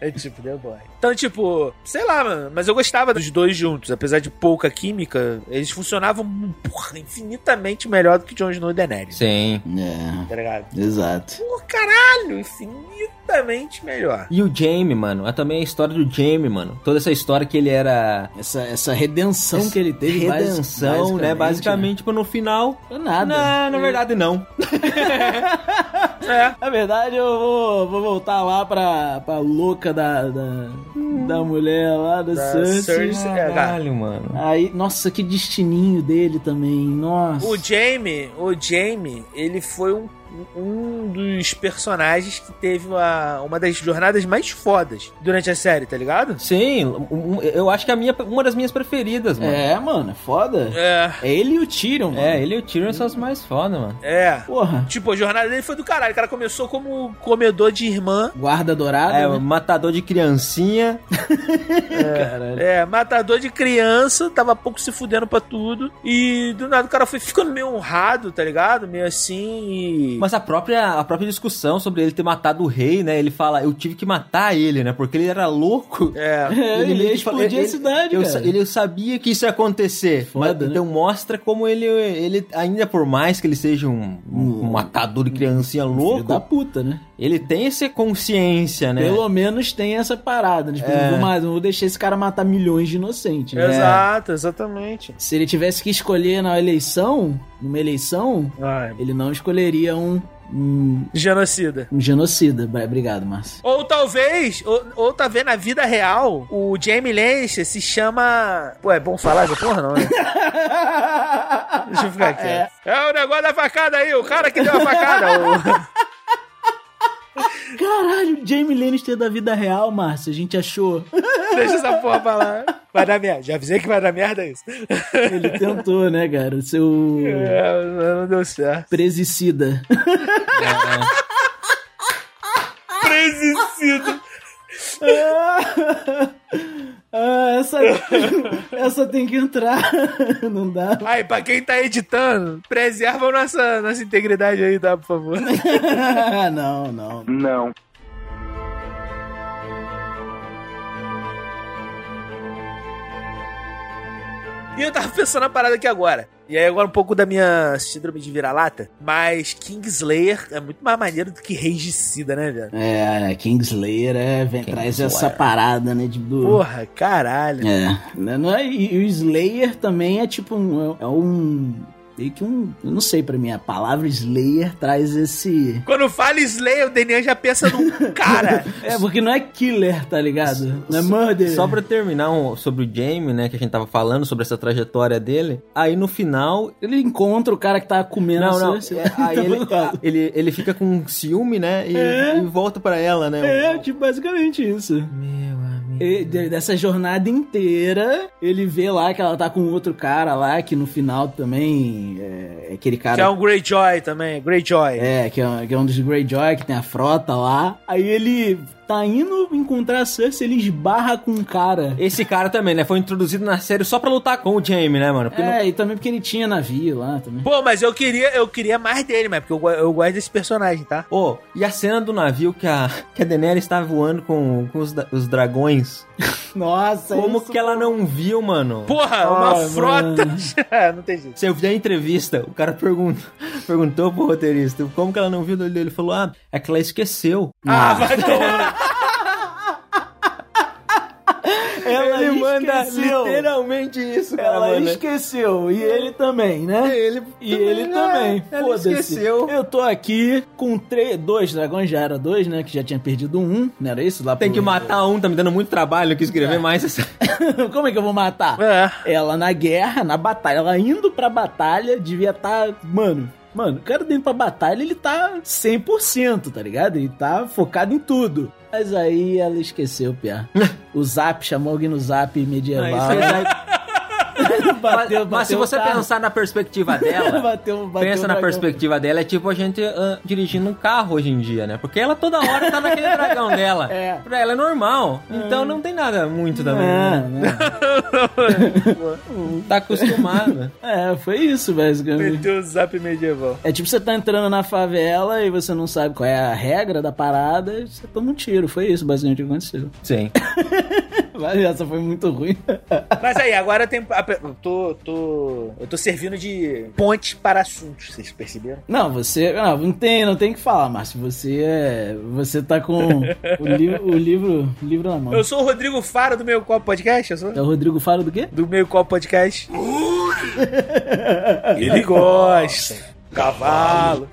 É tipo The Boy. Então, tipo, sei lá, mano. Mas eu gostava dos dois juntos. Apesar de pouca química, eles funcionavam porra, infinitamente melhor do que Jon Snow e Daenerys. Sim. é, Tá ligado? exato. Pô, caralho, infinitamente melhor. E o Jamie, mano. É também a história do Jamie, mano. Toda essa história que ele era. Essa, essa redenção que ele teve. Redenção, né? Basicamente, tipo, no final. Foi nada. Não, na verdade, não. É. Na verdade, eu vou, vou voltar lá pra, pra louca da, da, da mulher lá, da, Da Cersei. Cersei. É, cara. Caralho, mano. Aí, nossa, que destininho dele também, nossa. O Jamie, o Jamie, ele foi um, um dos personagens que teve uma, uma das jornadas mais fodas durante a série, tá ligado? Sim, um- um- eu acho que a minha, uma das minhas preferidas, mano. É, mano, é foda. É. É ele e o Tyrion, mano. É, ele e o Tyrion são os mais foda, mano. É. Porra. Tipo, a jornada dele foi do caralho. cara começou como comedor de irmã. Guarda dourada. É, né? matador de criancinha. Caralho. É, matador de criança, tava pouco se fudendo pra tudo. E do nada o cara foi ficando meio honrado, tá ligado? Meio assim e. Mas a própria, a própria discussão sobre ele ter matado o rei, né? Ele fala, eu tive que matar ele, né? Porque ele era louco. É. É, ele, meio ia que fala- explodir ele- a cidade, eu, sa- É, cara. ele- eu sabia que isso ia acontecer. Foda, Mas- né? Então mostra como ele, ele, ainda por mais que ele seja um, um matador de criancinha Filho da louco, puta, né? ele tem essa consciência, né? Pelo menos tem essa parada. Tipo, não vou mais, não vou deixar esse cara matar milhões de inocentes, né? Exato, exatamente. Se ele tivesse que escolher na eleição, numa eleição, Ai. ele não escolheria um, um, Genocida. um genocida. Ba- Obrigado, Márcio. Ou talvez, ou, ou talvez na vida real, o Jamie Lannister se chama. Pô, é bom falar essa porra, não, né? Deixa eu ficar aqui. É. o negócio da facada aí, o cara que deu a facada. Caralho, Jamie Lannister da vida real, Márcio. A gente achou. o- Deixa essa porra pra lá. Vai dar merda. Já avisei que vai dar merda isso. Ele tentou, né, cara? O seu É, não deu certo. presicida. Presicido. Ah, essa, essa tem que entrar. Não dá. Aí, pra quem tá editando, preserva a nossa, nossa integridade aí, tá? Por favor. Não, não. E eu tava pensando na parada aqui agora. E aí agora um pouco da minha síndrome de vira-lata. Mas Kingslayer é muito mais maneiro do que Regicida, né, velho? É, Kingslayer é, vem, traz essa parada, né? De, do, Porra, caralho. É. Né, Não é, e, e o Slayer também é tipo um. É, é um. Meio que um. Eu não sei pra mim, a palavra Slayer traz esse. Quando fala Slayer, o DNA já pensa num cara. É, porque não é killer, tá ligado? Não é murder. Só pra terminar um- sobre o Jamie, né? Que a gente tava falando sobre essa trajetória dele. Aí no final. Ele encontra o cara que tava comendo Não, não. você- é, aí tá ele, ligado? ele, ele fica com ciúme, né? E, É. e volta pra ela, né? É, tipo, basicamente isso. Meu amigo. E de- dessa jornada inteira, ele vê lá que ela tá com outro cara lá, que no final também é é aquele cara Que é um Greyjoy também, Greyjoy. É, que é, um- que é um dos Greyjoy, que tem a frota lá. Aí ele tá indo encontrar a Cersei, ele esbarra com um cara. Esse cara também, né? Foi introduzido na série só pra lutar com o Jamie, né, mano? Porque não- É, e também porque ele tinha navio lá também. Pô, mas eu queria, eu queria mais dele, mas porque eu, go- eu gosto desse personagem, tá? Ô, e a cena do navio que a, que a Daenerys tá voando com, com os, da- os dragões? Nossa, Como É isso- que ela não viu, mano? Porra, uma Ai, frota. Ah, mano. não tem jeito. Se eu vi a entrevista, o cara pergunta, perguntou pro roteirista como que ela não viu dele. Ele falou, ah, é que ela esqueceu. Ah, vai tomar. ela ele manda literalmente isso, cara, Ela mano. esqueceu, e ele também, né? Ele E ele também, Ela foda-se. esqueceu. Eu tô aqui com três, dois dragões, já era dois, né? Que já tinha perdido um, não era isso? Lá Tem que pro- matar um, tá me dando muito trabalho que escrever mais essa... Como é que eu vou matar? É. Ela na guerra, na batalha, ela indo pra batalha, devia estar. mano. Mano, o cara dentro pra batalha, ele tá 100%, tá ligado? Ele tá focado em tudo. Mas aí ela esqueceu, Pia. O zap, chamou alguém no zap medieval. bateu, Mas se bateu o você carro. pensar na perspectiva dela... bateu, bateu Pensa o na dragão. perspectiva dela, é tipo a gente ah, dirigindo um carro hoje em dia, né? Porque ela toda hora tá naquele dragão dela. É. Pra ela é normal. Então não tem nada muito também. né? É, Tá acostumada. é, é, foi isso, basicamente. Meteu o zap medieval. É tipo você tá entrando na favela e você não sabe qual é a regra da parada, e você toma um tiro. Foi isso, basicamente, o que aconteceu. Sim. Mas essa foi muito ruim. Mas aí, agora tem. a pe- Eu tô, tô. Eu tô servindo de ponte para assuntos, vocês perceberam? Não, você. Não, não tem, não tem o que falar, Márcio. Você é. Você tá com o, li- o livro, o livro na mão. Eu sou o Rodrigo Faro do Meio Copo Podcast, eu sou? É o Rodrigo Faro do quê? Do Meio Copo Podcast. Ele gosta. Cavalo.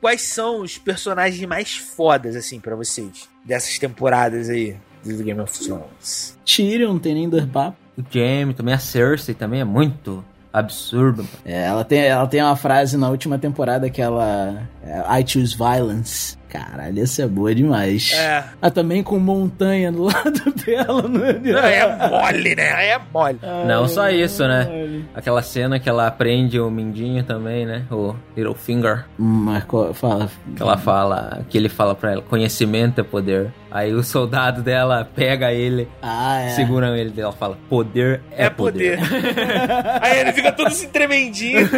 Quais são os personagens mais fodas, assim, pra vocês? Dessas temporadas aí do Game of Thrones. Tyrion, não tem nem dois papos. O Jamie também, a Cersei também é muito absurdo. mano. É, ela tem, ela tem uma frase na última temporada que ela. é, I choose violence. Caralho, essa é boa demais. É. Ah, também com montanha do lado dela, Não, né? É mole, né? É mole. Não só isso, né? Caralho. Aquela cena que ela aprende o mindinho também, né? O Littlefinger. Mas qual- fala. Que ela fala, que ele fala pra ela, conhecimento é poder. Aí o soldado dela pega ele, Ah, é. seguram ele dela fala, poder é, É poder. poder. aí ele fica todo se tremendinho.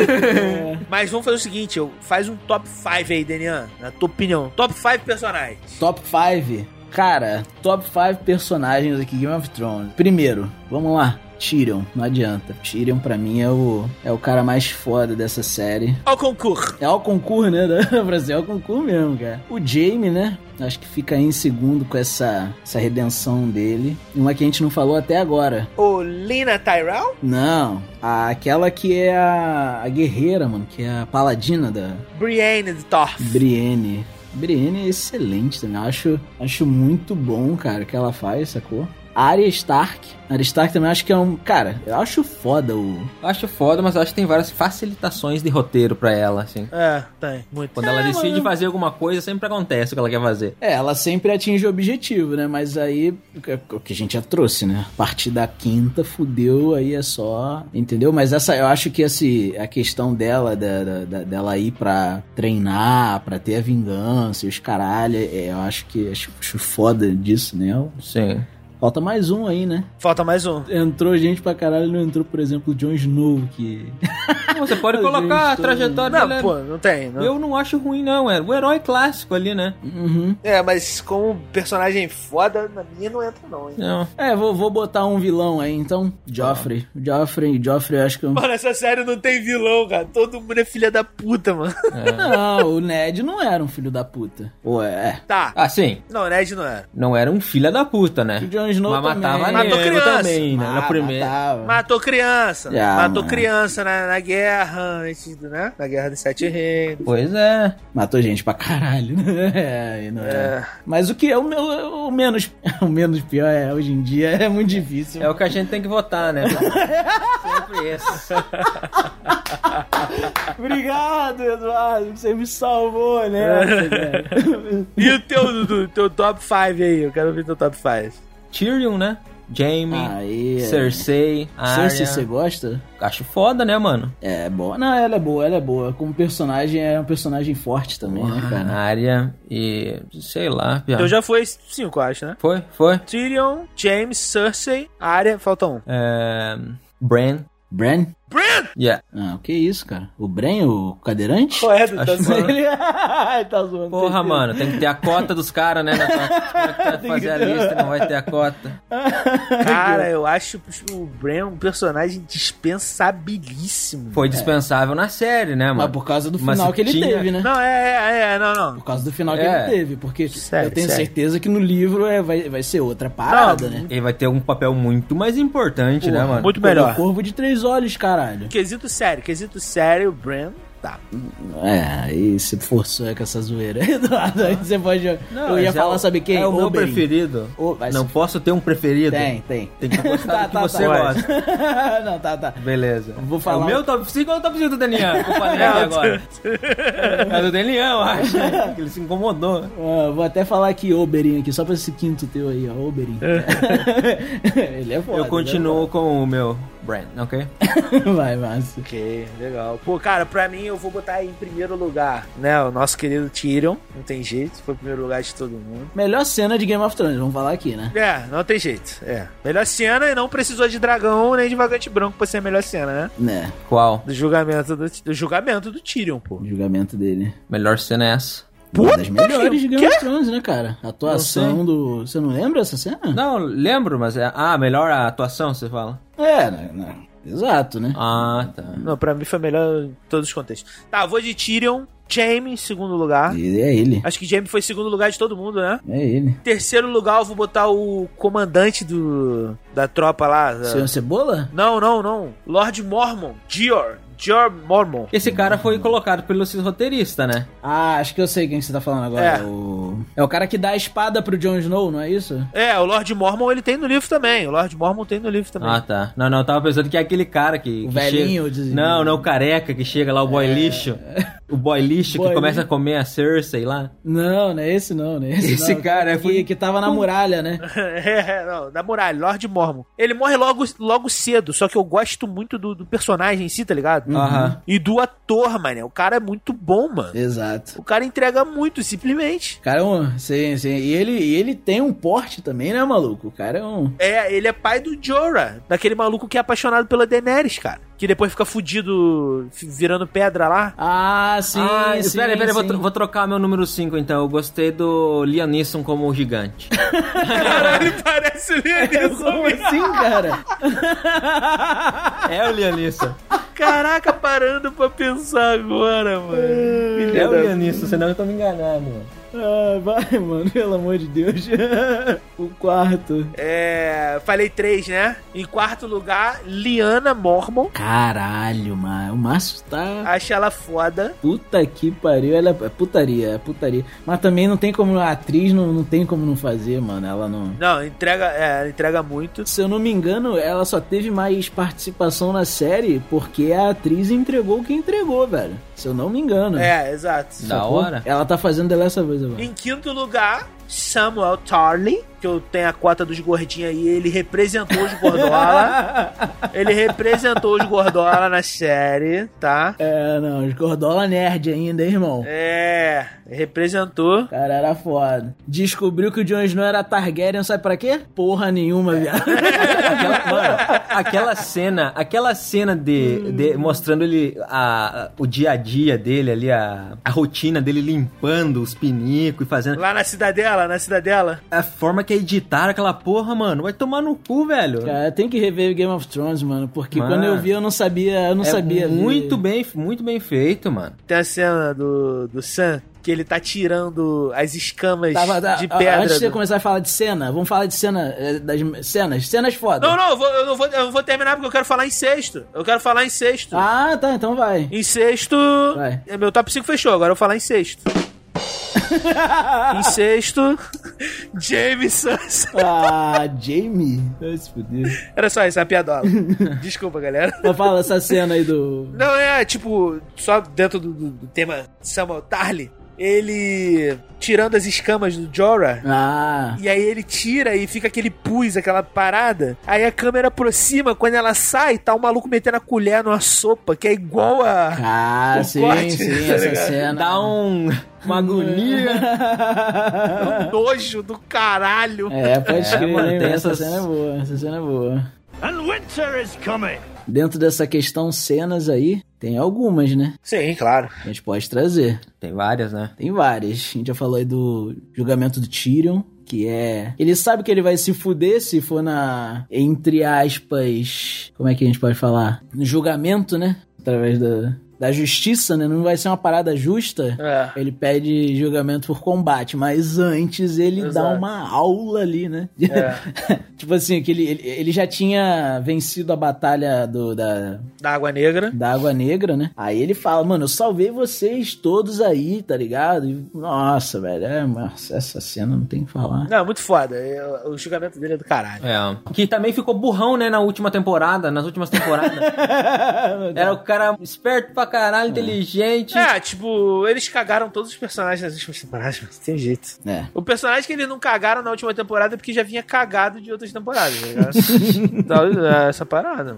Mas vamos fazer o seguinte, eu- faz um top 5 aí, Denian, na tua opinião. Top 5 personagens. Top 5. Cara, top 5 personagens aqui Game of Thrones. Primeiro, vamos lá. Tyrion, não adianta. Tyrion pra mim é o é o cara mais foda dessa série. Ao concurso. É o concurso, né? Dá pra ser o concurso mesmo, cara. O Jamie, né? Acho que fica aí em segundo com essa, essa redenção dele. E Uma que a gente não falou até agora. O Lina Tyrell? Não, a- aquela que é a, a guerreira, mano, que é a paladina da Brienne de Thorf. Brienne. Brienne é excelente também, eu acho, acho muito bom, cara, o que ela faz, sacou? Arya Stark. Arya Stark também acho que é um. Cara, eu acho foda o. Acho foda, mas acho que tem várias facilitações de roteiro pra ela, assim. é, tem, muito. Quando ela decide fazer alguma coisa, sempre acontece o que ela quer fazer. É, ela sempre atinge o objetivo, né? Mas aí, o que- o que a gente já trouxe, né? A partir da quinta, fudeu, aí é só. Entendeu? Mas essa, eu acho que esse, a questão dela, da, da- da- dela ir pra treinar, pra ter a vingança e os caralho, é, eu acho que acho, acho foda disso, né? Sim. Falta mais um aí, né? Falta mais um. Entrou gente pra caralho, não entrou, por exemplo, o Jon Snow, que. Ah, Você pode Mas colocar a gente, trajetória Não, dela. pô, não tem. não. Eu não acho ruim, não. É o herói clássico ali, né? Uhum. É, mas como personagem foda, na minha não entra não, hein. Não. É, vou, vou botar um vilão aí, então. Joffrey. Joffrey, Joffrey, eu acho que. é um- Mano, essa série não tem vilão, cara. Todo mundo é filha da puta, mano. É. Não, o Ned não era um filho da puta. Ué. Tá. Ah, sim. Não, Ned não é. era. Não era um filho da puta, né? O Jon Snow Mas também. matava Matou nego criança. também, né? Na primeira. Ah, Matava. Matou criança. Ah, matou mano. criança na, na guerra, antes do, né? Na guerra dos sete reis. Pois é. Matou gente pra caralho. é, e não é. Mas o que é o, meu, o menos o menos pior é hoje em dia é muito difícil. É o que a gente tem que votar, né? Sempre esse. Obrigado, Eduardo, que você me salvou, É. né? cara? E o teu, Dudu? Teu top 5 aí? Eu quero ver teu top 5. Tyrion, né? Jaime, Aí. Cersei, Arya. Ah, é. Cersei, você gosta? Acho foda, né, mano? É boa. Não, ela é boa, ela é boa. Como personagem, é um personagem forte também, né, cara? Ah, Arya e... Sei lá, pior. Eu já foi 5, acho, né? Foi, foi. Tyrion, James, Cersei, Arya, falta um. É... Bran. Bran? Yeah. Ah, o que isso, cara? O Bren, o cadeirante? Ué, é, Dudu, Tá Acho zoando. que- Ele... Ai, tá zoando. Porra, certeza. mano, tem que ter a cota dos caras, né? Na tua... Como é que tu vai fazer a lista e não vai ter a cota? Cara, eu acho o Bran um personagem dispensabilíssimo. Foi dispensável na série, né, É. Mas mano? por causa do Mas final que ele tinha- teve, né? Não, é, é, é, não, não. Por causa do final É. que ele teve, porque Sério, eu tenho sério. certeza que no livro é, vai, vai ser outra parada, Não, né? Ele vai ter um papel muito mais importante, né, mano? Muito O melhor. corvo de três olhos, caralho. Quesito sério, quesito sério, o Bran tá. É, aí se forçou com essa zoeira. Eduardo, aí você pode. eu ia esse é falar, o- sabe quem? É o meu Oberyn. preferido. O- vai Não se- posso ter um preferido. Tem, tem. Tem que gostar do que você gosta. Tá, Não, tá, tá. Beleza. Vou falar É o um- meu top 5 ou o top 5 do Daniel? Que eu falei aqui agora. É do Daniel, eu acho. Que ele se incomodou. Ah, vou até falar aqui Oberyn aqui, só pra esse quinto teu aí, ó. Oberyn. ele é foda. Eu continuo com o meu brand, ok? ele é foda. Vai, Márcio. Ok, legal. Pô, cara, pra mim eu vou botar em primeiro lugar, né? O nosso querido Tyrion, não tem jeito, foi o primeiro lugar de todo mundo. Melhor cena de Game of Thrones, vamos falar aqui, né? É, não tem jeito. É. Melhor cena e não precisou de dragão nem de vagante branco pra ser a melhor cena, né? Né, Qual? Do julgamento do, do julgamento do Tyrion, pô. o julgamento dele. Melhor cena é essa. Uma das Puta melhores de que- Game of Thrones, né, cara? A Atuação do. Você não lembra essa cena? Não, lembro, mas é. Ah, melhor a atuação, você fala? É, né, né? exato, né? Ah, tá. Não, pra mim foi melhor em todos os contextos. Tá, vou de Tyrion, Jaime em segundo Ah. lugar. E é ele. Acho que Jaime foi segundo lugar de todo mundo, né? É ele. Em terceiro lugar, eu vou botar o comandante do da tropa lá. É. da- Senhor Cebola? Não, não, não. Lord Mormon. Dior. Dior Mormon. Esse cara foi colocado pelo esses roteiristas, né? Ah, acho que eu sei quem você tá falando agora. É. O... é o cara que dá a espada pro Jon Snow, não é isso? É, o Lord Mormon ele tem no livro também. O Lord Mormon tem no livro também. Ah, tá. Não, não, eu tava pensando que é aquele cara que. O que velhinho, chega- dizem. Não, não, o careca que chega lá, o boy lixo. O boy lixo É. Boy que começa lixo. a comer a Cersei lá. Não, não é esse não, não é esse, Esse não. cara que, foi- que tava na muralha, né? É, não, na muralha, Lord Mormon. Ele morre logo, logo cedo, só que eu gosto muito do, do personagem em si, tá Uhum. ligado? Aham. E do ator, mano. O cara é muito bom, mano. Exato. O cara entrega muito, simplesmente. O cara é um. Sim, sim. E ele, e ele tem um porte também, né, maluco? O cara é um. É, ele é pai do Jorah, daquele maluco que é apaixonado pela Daenerys, cara. Que depois fica fudido fi- virando pedra lá. Ah, sim. ah, sim, pera, pera, eu vou, sim. tro- vou trocar meu número 5 então. Eu gostei do Liam Neeson como o gigante. Caralho, parece o Como Leonisson. assim, cara? é o Liam Neeson. Caraca, parando pra pensar agora, mano. É o Liam Neeson, senão eu tô me enganando. mano. Ah, vai, mano, pelo amor de Deus. o quarto. É. Falei três, né? Em quarto lugar, Liana Mormon. Caralho, mano. O Márcio tá. Acho ela foda. Puta que pariu. Ela é putaria, é putaria. Mas também não tem como. A atriz não, não tem como não fazer, mano. Ela não. Não, entrega, é, ela entrega muito. Se eu não me engano, ela só teve mais participação na série porque a atriz entregou o que entregou, velho. Se eu não me engano. É, exato. Da Sacou? hora. Ela tá fazendo dessa vez agora. Em quinto lugar, Samuel Tarly, que eu tenho a cota dos gordinhos aí, ele representou os gordola. ele representou os gordola na série, tá? É, não, os gordola nerd ainda, hein, irmão? É, representou. Cara, era foda. Descobriu que o Jon Snow era Targaryen, sabe pra quê? Porra nenhuma, É. viado. Aquela, mano, aquela cena, aquela cena de, de- Hum. mostrando ele a, a- o dia a dia dele ali, a, a rotina dele limpando os pinicos e fazendo. Lá na cidadela, na cidadela. A forma que é editar aquela porra, mano, vai tomar no cu, velho. Cara, tem que rever Game of Thrones, mano, porque Mano. quando eu vi eu não sabia, eu não é sabia. ver. muito bem, muito bem feito, mano. Tem a cena do, do Sam, que ele tá tirando as escamas Tava, tá- de ó, pedra. antes de você do- começar a falar de cena, vamos falar de cena, eh, das cenas, cenas foda. Não, não, eu vou, eu não vou, eu não vou terminar porque eu quero falar em sexto. Eu quero falar em sexto. Ah, tá, então vai. Em sexto. Vai. é, Meu top 5 fechou, agora eu vou falar em sexto. em sexto. James Sansa. Ah, Jamie. Vai se fuder. Era só isso, é uma piadola. Desculpa, galera. Mas fala essa cena aí do. Não, é, tipo, só dentro do, do- do tema Samuel Tarly, ele tirando as escamas do Jorah. Ah. E aí ele tira e fica aquele pus, aquela parada. Aí a câmera aproxima, quando ela sai, tá o maluco metendo a colher numa sopa, que é igual a. Ah, O sim, corte, sim, tá essa ligado? cena. Dá um, uma agonia. um nojo do caralho. É, pode É, escrever, mano, tem essa essas- cena é boa, essa cena é boa. Dentro dessa questão cenas aí, tem algumas, né? Sim, claro. Que a gente pode trazer. Tem várias, né? Tem várias. A gente já falou aí do julgamento do Tyrion, que é... Ele sabe que ele vai se fuder se for na... Entre aspas... Como é que a gente pode falar? No julgamento, né? Através da, da justiça, né? Não vai ser uma parada justa. É. Ele pede julgamento por combate, mas antes ele dá Exato. uma aula ali, né? É. tipo assim, que ele, ele, ele já tinha vencido a batalha do, da, Da água negra. da Água Negra, né? Aí ele fala, mano, eu salvei vocês todos aí, tá ligado? E, nossa, velho, é, nossa, essa cena não tem o que falar. Não, muito foda. Eu- O julgamento dele é do caralho. É. Que também ficou burrão, né, na última temporada, nas últimas temporadas. É, Era o cara esperto pra caralho, inteligente. É, tipo, eles cagaram todos os personagens nas últimas temporadas, mas não tem jeito. É. O personagem que eles não cagaram na última temporada é porque já vinha cagado de outras temporadas, tá ligado? Tal- é Essa parada.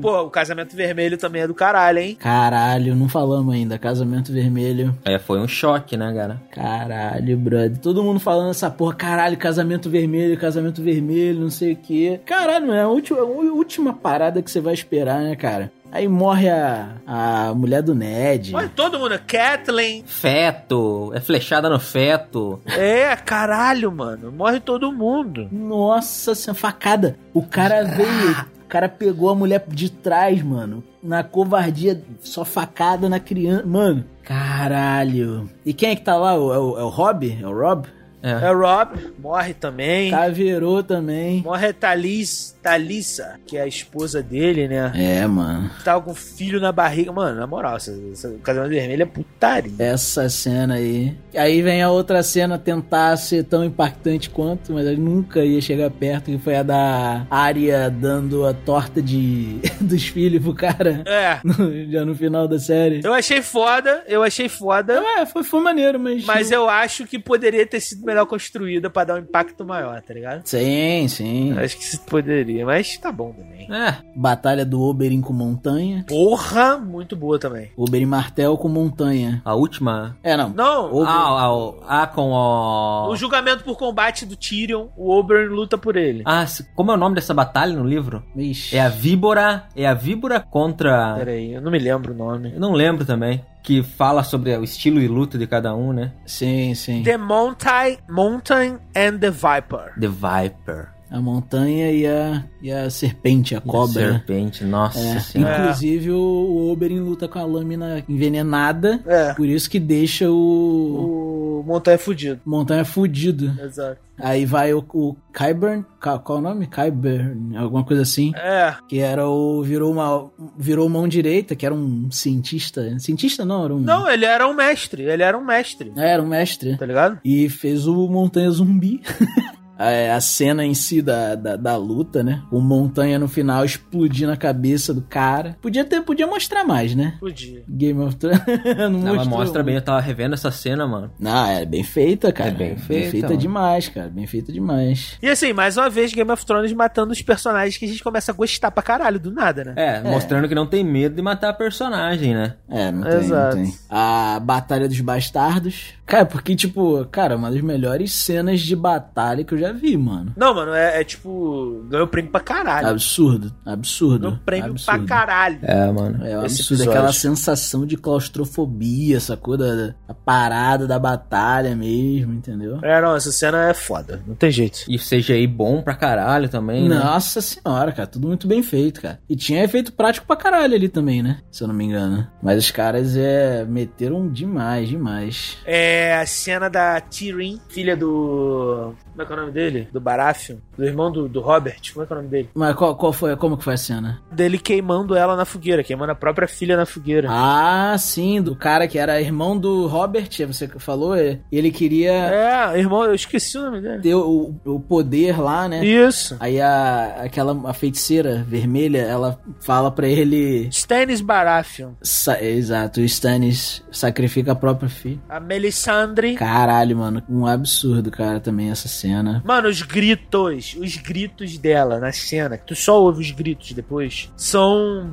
Pô, o casamento vermelho também é do caralho, hein? Caralho, não falamos ainda. Casamento Vermelho. É, foi um choque, né, cara? Caralho, brother. Todo mundo falando essa porra, caralho, casamento vermelho, casamento vermelho, não sei o quê. Caralho, é a última, a última parada que você vai esperar, né, cara? Aí morre a, a mulher do Ned. Olha, todo mundo. Kathleen. Feto, é flechada no feto. É, caralho, mano. Morre todo mundo. Nossa senhora, facada. O cara veio, o cara pegou a mulher de trás, mano. Na covardia, só facada na criança. Mano, caralho. E quem é que tá lá? O- É o, é o Rob? É o Rob? É. É Rob, morre também. Caveirou também. Morre a Thalis, Thalissa, que é a esposa dele, né? É, mano. Tava com um filho na barriga. Mano, na moral, essa, essa, o casamento vermelho é putaria. Essa cena aí. Aí vem a outra cena tentar ser tão impactante quanto, mas ele nunca ia chegar perto, que foi a da Arya dando a torta de dos filhos pro cara É. no- já no final da série. Eu achei foda, eu achei foda. Então, é, foi, foi maneiro, mas. Mas é- eu acho que poderia ter sido melhor construída pra dar um impacto maior, tá ligado? Sim, sim. Acho que se poderia, mas tá bom também. É. Batalha do Oberyn com montanha. Porra, muito boa também. Oberyn martel com montanha. A última. É, não. Não, Ah, ah, o- ah, com o. o julgamento por combate do Tyrion, o Oberyn luta por ele. Ah, se- como é o nome dessa batalha no livro? Ixi. É a víbora. É a víbora Ah. contra. Peraí, eu não me lembro o nome. Eu não lembro também. Que fala sobre o estilo e luta de cada um, né? Sim, sim. The Mountain, Mountain and the Viper. The Viper. A montanha e a, e a serpente, a cobra. né? Serpente, nossa É. senhora. Inclusive, o- o Oberyn luta com a lâmina envenenada. É, Por isso que deixa o o Montanha é fudido. Montanha fudido. Exato. Aí vai o, o Kyburn, ca- qual é o nome? Kyburn, alguma coisa assim. É, Que era o. Virou uma. Virou mão direita, que era um cientista. Cientista não, era um. não, ele era um mestre, ele era um mestre, É, Era um mestre. tá ligado? E fez o Montanha Zumbi. É, a cena em si da, da, da luta, né? O Montanha no final explodindo a cabeça do cara. Podia ter, podia mostrar mais, né? Fudido. Game of Thrones. Não, Não, mas mostrou mostra bem, eu tava revendo essa cena, mano. Não, é bem feita, cara. É bem feita, mano. demais, cara. Bem feita demais. E assim, mais uma vez, Game of Thrones matando os personagens que a gente começa a gostar pra caralho do nada, né? É, mostrando que não tem medo de matar a personagem, né? É, não tem, Exato. não tem. A Batalha dos Bastardos. Cara, porque, tipo, cara, uma das melhores cenas de batalha que eu já vi, mano. Não, mano, é, é tipo. Ganhou prêmio pra caralho. Absurdo, absurdo. Ganhou prêmio absurdo. pra caralho. É, mano. É um Esse absurdo, episódio. aquela sensação de claustrofobia, essa coisa da parada da batalha mesmo, entendeu? É, não, essa cena é foda. Não tem jeito. E o CGI bom pra caralho também, né? Nossa senhora, cara, tudo muito bem feito, cara. E tinha efeito prático pra caralho ali também, né? Se eu não me engano. Mas os caras é meteram demais, demais. É a cena da Tyrion, filha do. Como é que é o nome dele? Do Baratheon. Do irmão do, do Robert. Como é que é o nome dele? Mas qual, qual foi, como que foi a cena? Dele queimando ela na fogueira, queimando a própria filha na fogueira. Ah, sim, do cara que era irmão do Robert, você que falou, é, ele queria É, irmão, eu esqueci o nome dele. ter o, o poder lá, né? Isso. Aí a, aquela a feiticeira vermelha, ela fala pra ele, Stannis Baratheon. sa- é, exato, o Stannis sacrifica a própria filha. A Melisandre. Caralho, mano, um absurdo, cara, também essa cena. Mano, os gritos, os gritos dela na cena, que tu só ouve os gritos depois, são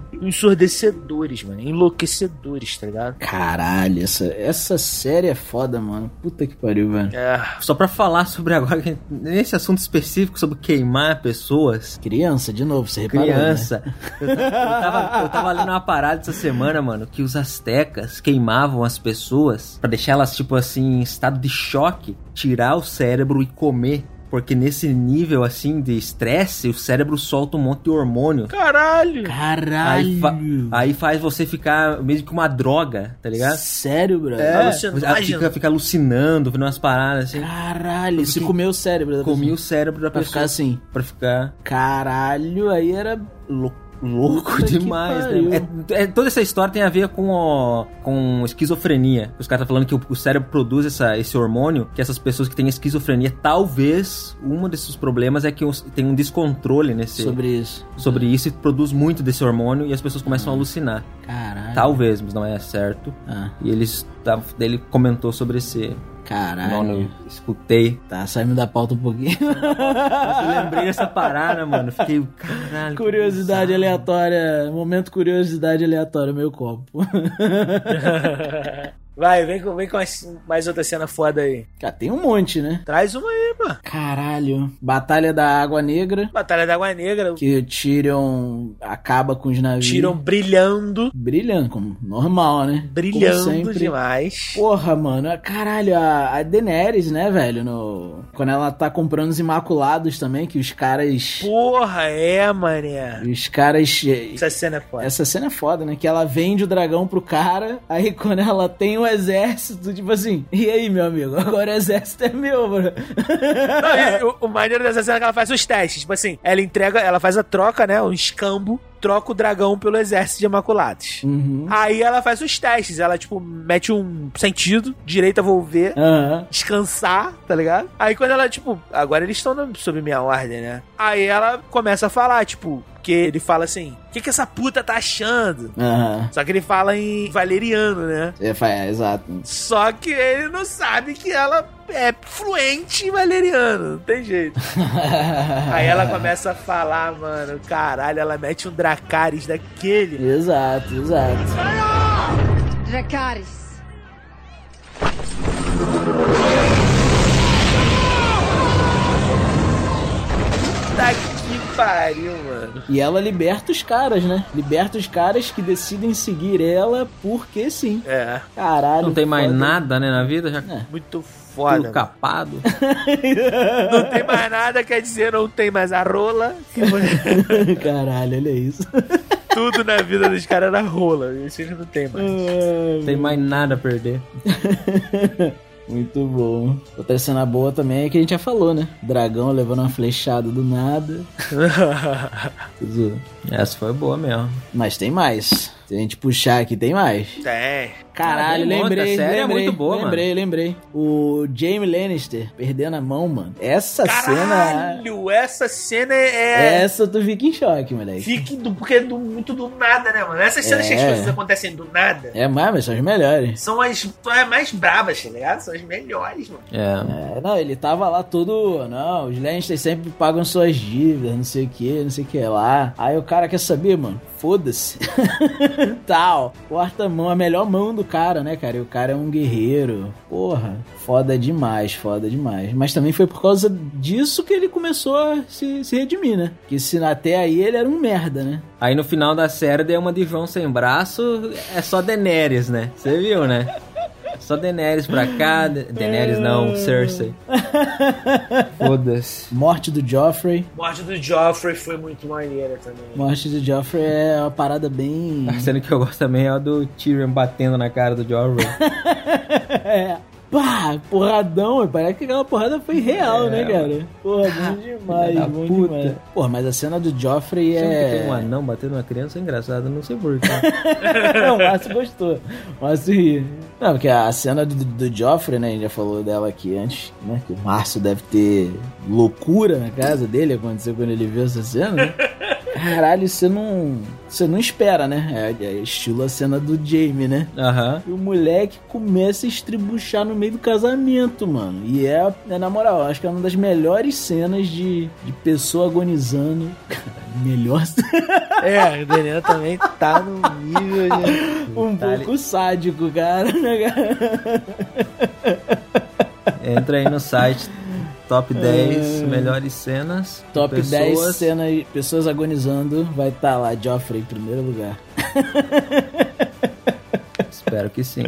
ensurdecedores, mano, enlouquecedores, tá ligado? Caralho, essa, essa série é foda, mano. Puta que pariu, velho. É, Só pra falar sobre agora, que- nesse assunto específico sobre queimar pessoas, Criança, de novo, você reparou, né? criança. Eu, eu tava, eu tava lendo uma parada essa semana, mano, que os astecas queimavam as pessoas pra deixar elas, tipo assim, em estado de choque, tirar o cérebro e comer. Porque nesse nível, assim, de estresse, o cérebro solta um monte de hormônio. caralho! né? Aí, fa- Caralho. aí faz você ficar meio que uma droga, tá ligado? Sério, bro? É. Alucinógeno. Você fica, fica alucinando, vendo umas paradas assim. Caralho, se Porque comeu o cérebro da Comia pessoa. o cérebro da Pra pessoa. ficar assim, Pra ficar caralho, aí era lou- louco Puta que demais, pariu. né? É- é- toda essa história tem a ver com, o- com esquizofrenia. Os caras estão falando que o, o cérebro produz essa- esse hormônio, que essas pessoas que têm esquizofrenia, talvez um desses problemas é que os- tem um descontrole nesse, sobre... sobre isso. isso e produz muito desse hormônio e as pessoas começam a alucinar. Caralho. Talvez, mas não é certo. Ah, E eles, tavam- daí ele comentou sobre esse. Não, caralho. não escutei. Tá, saindo da pauta um pouquinho. Mas eu lembrei dessa parada, mano. Fiquei, caralho. Curiosidade que bizarro. aleatória. Momento curiosidade aleatória, meu copo. Vai, vem com, vem com as- mais outra cena foda aí. Cara, tem um monte, né? Traz uma aí, mano. Caralho. Batalha da Água Negra. Batalha da Água Negra, Que tiram. Acaba com os navios. tiram brilhando, Brilhando, como normal, né? Como brilhando sempre. demais. Porra, mano, a- caralho, a, a Daenerys, né, velho? No, quando ela tá comprando os Imaculados também, que os caras. Porra, é, mané. Os caras. eh, Essa cena é foda. Essa cena é foda, né? Que ela vende o dragão pro cara, aí quando ela tem um exército, tipo assim, e aí, meu amigo? Agora o exército é meu, mano. Não, e o, o maneiro dessa cena é que ela faz os testes. Tipo assim, ela entrega, ela faz a troca, né? Um escambo. Troca o dragão pelo exército de Imaculados. Uhum. Aí ela faz os testes. Ela, tipo, mete um sentido, direita, vou ver, Aham. descansar, tá ligado? Aí quando ela, tipo, agora eles estão na- sob minha ordem, né? Aí ela começa a falar, tipo, que ele fala assim: o que, que essa puta tá achando? Aham. Só que ele fala em valeriano, né? É, fa- é, exato. Só que ele não sabe que ela é fluente em valeriano, não tem jeito. Aí ela começa a falar, mano, caralho, ela mete um Dracarys daquele. Exato, exato. Dracarys. Tá que pariu, mano. E ela liberta os caras, né? Liberta os caras que decidem seguir ela porque sim. É, Caralho. Não tem mais foda. É. nada, né, na vida? Já muito tudo foda. mano. capado. Não tem mais nada, quer dizer, não tem mais a rola. Caralho, olha isso. Tudo na vida dos caras era rola. Isso já não tem mais. Não tem mais nada a perder. Muito bom. Outra cena boa também é que a gente já falou, né? Dragão levando uma flechada do nada. Quer dizer, Essa foi boa mesmo. Mas tem mais. Se a gente puxar aqui, tem mais. tem. Caralho, Ah, tem um monte, lembrei, a série é lembrei, muito boa, lembrei, lembrei. O Jamie Lannister perdendo a mão, mano. Essa cena, Caralho, essa cena é. essa tu fica em choque, moleque. Fique do, porque é do- muito do nada, né, mano? Essas cenas que as É. coisas acontecem do nada É, mas mas são as melhores. são as, são as mais bravas, tá ligado? São as melhores, mano. É. É, não, ele tava lá todo. Não, os Lannister sempre pagam suas dívidas, não sei o que, não sei o que lá. Aí o cara quer saber, mano, foda-se. Tal, corta a mão, a melhor mão do cara, né, cara? E o cara é um guerreiro. Porra, foda demais, foda demais. Mas também foi por causa disso que ele começou a se, se redimir, né? Porque se até aí ele era um merda, né? Aí no final da série deu uma de João sem braço, é só Daenerys, né? Você viu, né? Só Daenerys pra cá, Da- Daenerys não, Cersei. Foda-se. Morte do Joffrey. Morte do Joffrey foi muito maneira também. Morte do Joffrey é uma parada bem. A cena que eu gosto também é a do Tyrion batendo na cara do Joffrey. É. Pá, porradão, parece que aquela porrada foi real, É, né, cara? Porra, bom demais, filha da bom puta. demais. Porra, mas a cena do Joffrey Sempre que tem um é. anão batendo uma criança é engraçado, não sei porquê. o Márcio gostou. O Márcio ri. Não, porque a cena do, do Joffrey, né? A gente já falou dela aqui antes, né? Que o Márcio deve ter loucura na casa dele, aconteceu quando ele viu essa cena, né? Caralho, você não. Você não espera, né? É, é estilo a cena do Jamie, né? Aham. E o moleque começa a estribuchar no meio do casamento, mano. E é, é na moral, acho que é uma das melhores cenas de, de pessoa agonizando. Cara, melhor cena. É, o Daniel também tá no nível de. um Tá pouco sádico, cara. né, cara? Entra aí no site Top 10 Melhores Cenas. Top 10 pessoas. cenas, pessoas agonizando, vai estar lá, Joffrey em primeiro lugar. Espero que sim.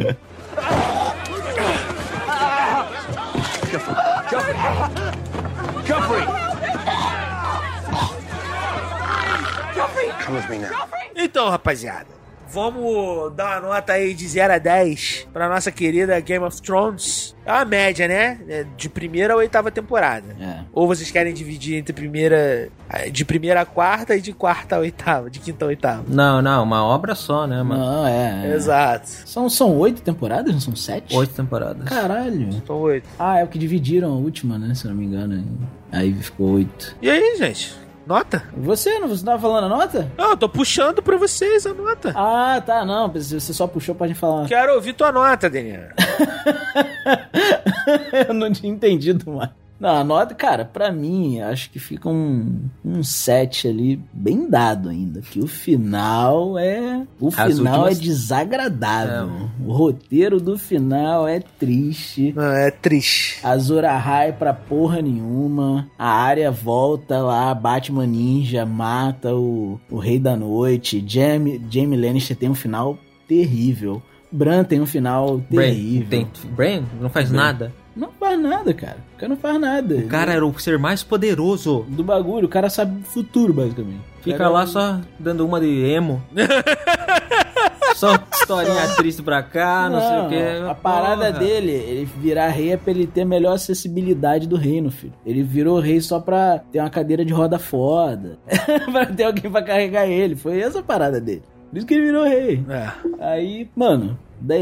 Então, rapaziada, vamos dar uma nota aí de 0 a 10 pra nossa querida Game of Thrones. É uma média, né? É De primeira a oitava temporada. É. Ou vocês querem dividir entre primeira. De primeira a quarta e de quarta a oitava, de quinta a oitava. Não, não, uma obra só, né, mano? Não, é. é. Exato. São, são oito temporadas, não são sete? Oito temporadas. Caralho. Então, oito. Ah, é o que dividiram a última, né? Se eu não me engano. Aí ficou oito. E aí, gente? Nota? Você, não, você tava falando a nota? Não, eu tô puxando pra vocês a nota. Ah, tá, não. Você só puxou pra gente falar. Quero ouvir tua nota, Daniel. Eu não tinha entendido mais. Não, a nota, cara, pra mim, acho que fica um, um 7 ali, bem dado ainda. Que o final é. O As final últimas- é desagradável. O roteiro do final é triste. Não, é triste. A Zora High pra porra nenhuma. A área volta lá, Batman Ninja mata o, o Rei da Noite. Jamie, Jamie Lannister tem um final terrível. Bran tem um final Brain, terrível. tem, Brain não faz nada. Não faz nada, cara. O cara não faz nada. O cara era o ser mais poderoso. Do bagulho, o cara é um sabe o futuro, basicamente. Fica lá só dando uma de emo. Só historinha triste pra cá, Ah, não, sei o quê. A parada é Porra. dele, ele virar rei é pra ele ter a melhor acessibilidade do reino, filho. Ele virou rei só pra ter uma cadeira de roda foda. pra ter alguém pra carregar ele. Foi essa a parada dele. Por isso que ele virou rei. É. Aí, mano,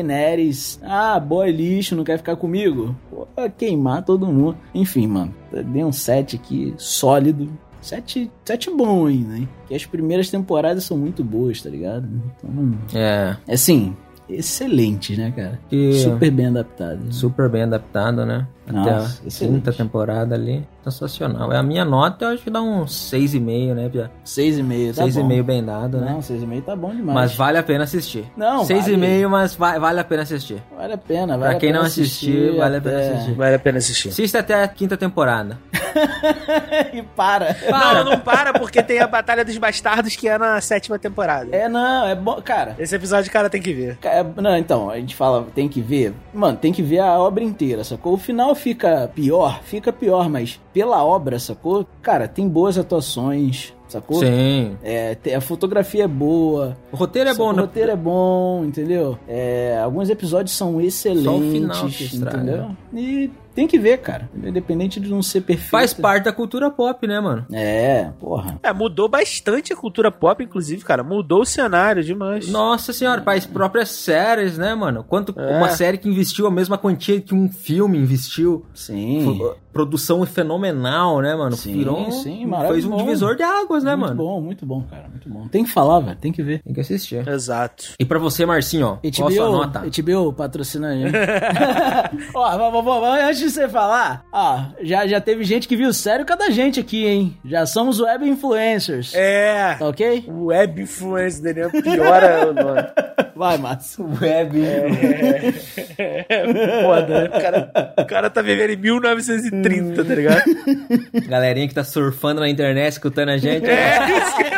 Daenerys, ah, boy lixo, não quer ficar comigo? Pô, vai queimar todo mundo. Enfim, mano, dei um set aqui sólido. Sete, sete bom ainda, hein? Que as primeiras temporadas são muito boas, tá ligado? Então, É. é assim, excelente, né, cara? Que super, né? Super bem adaptado. bem adaptado, né? Nossa, Até a excelente. quinta temporada ali. Sensacional. É a minha nota, eu acho que dá um 6,5, né, Pia? Seis e meio, tá bom. 6,5 bem dado, né? Não, seis e meio tá bom demais. Mas vale a pena assistir. Não, 6,5, vale. mas va- vale a pena assistir. Vale a pena, vale pra a quem pena não assistir, vale a pena até- assistir. Vale a pena assistir. Assista até a quinta temporada. e para. Para. Não, não para, porque tem a Batalha dos Bastardos que é na sétima temporada. É, não, é bom, cara. Esse episódio o cara tem que ver. Ca- Não, então, a gente fala, tem que ver. Mano, tem que ver a obra inteira, sacou? O final fica pior, fica pior, mas pela obra, sacou? Cara, tem boas atuações, sacou? Sim. É, te- a fotografia é boa, O roteiro é sacou? bom, o né? roteiro é bom, entendeu? É, alguns episódios são excelentes, final que estraga. entendeu? E tem que ver, cara. Independente de não ser perfeito. Faz parte da cultura pop, né, mano? É, porra. É, mudou bastante a cultura pop, inclusive, cara. Mudou o cenário demais. Nossa senhora, para as próprias séries, né, mano? Quanto É. uma série que investiu a mesma quantia que um filme investiu. Sim. F- Produção é fenomenal, né, mano? Sim, Virou, sim, Fez um maravilhoso. divisor de águas, né, muito mano? bom, muito bom, cara. Muito bom. Tem que falar, velho. Tem que ver. Tem que É. assistir. Exato. E pra você, Marcinho, ó, qual a sua nota? HBO patrocina a gente. Ó, vamos, vamos, vamos, antes de você falar, ó, já, já teve gente que viu sério cada gente aqui, hein? Já somos web influencers. É. Tá ok? O web influencer dele é piora o nome. Vai, Márcio. Web. É, Foda, né? É. O cara, o cara tá vivendo em 1930, tá ligado? Galerinha que tá surfando na internet, escutando a gente. É isso que eu-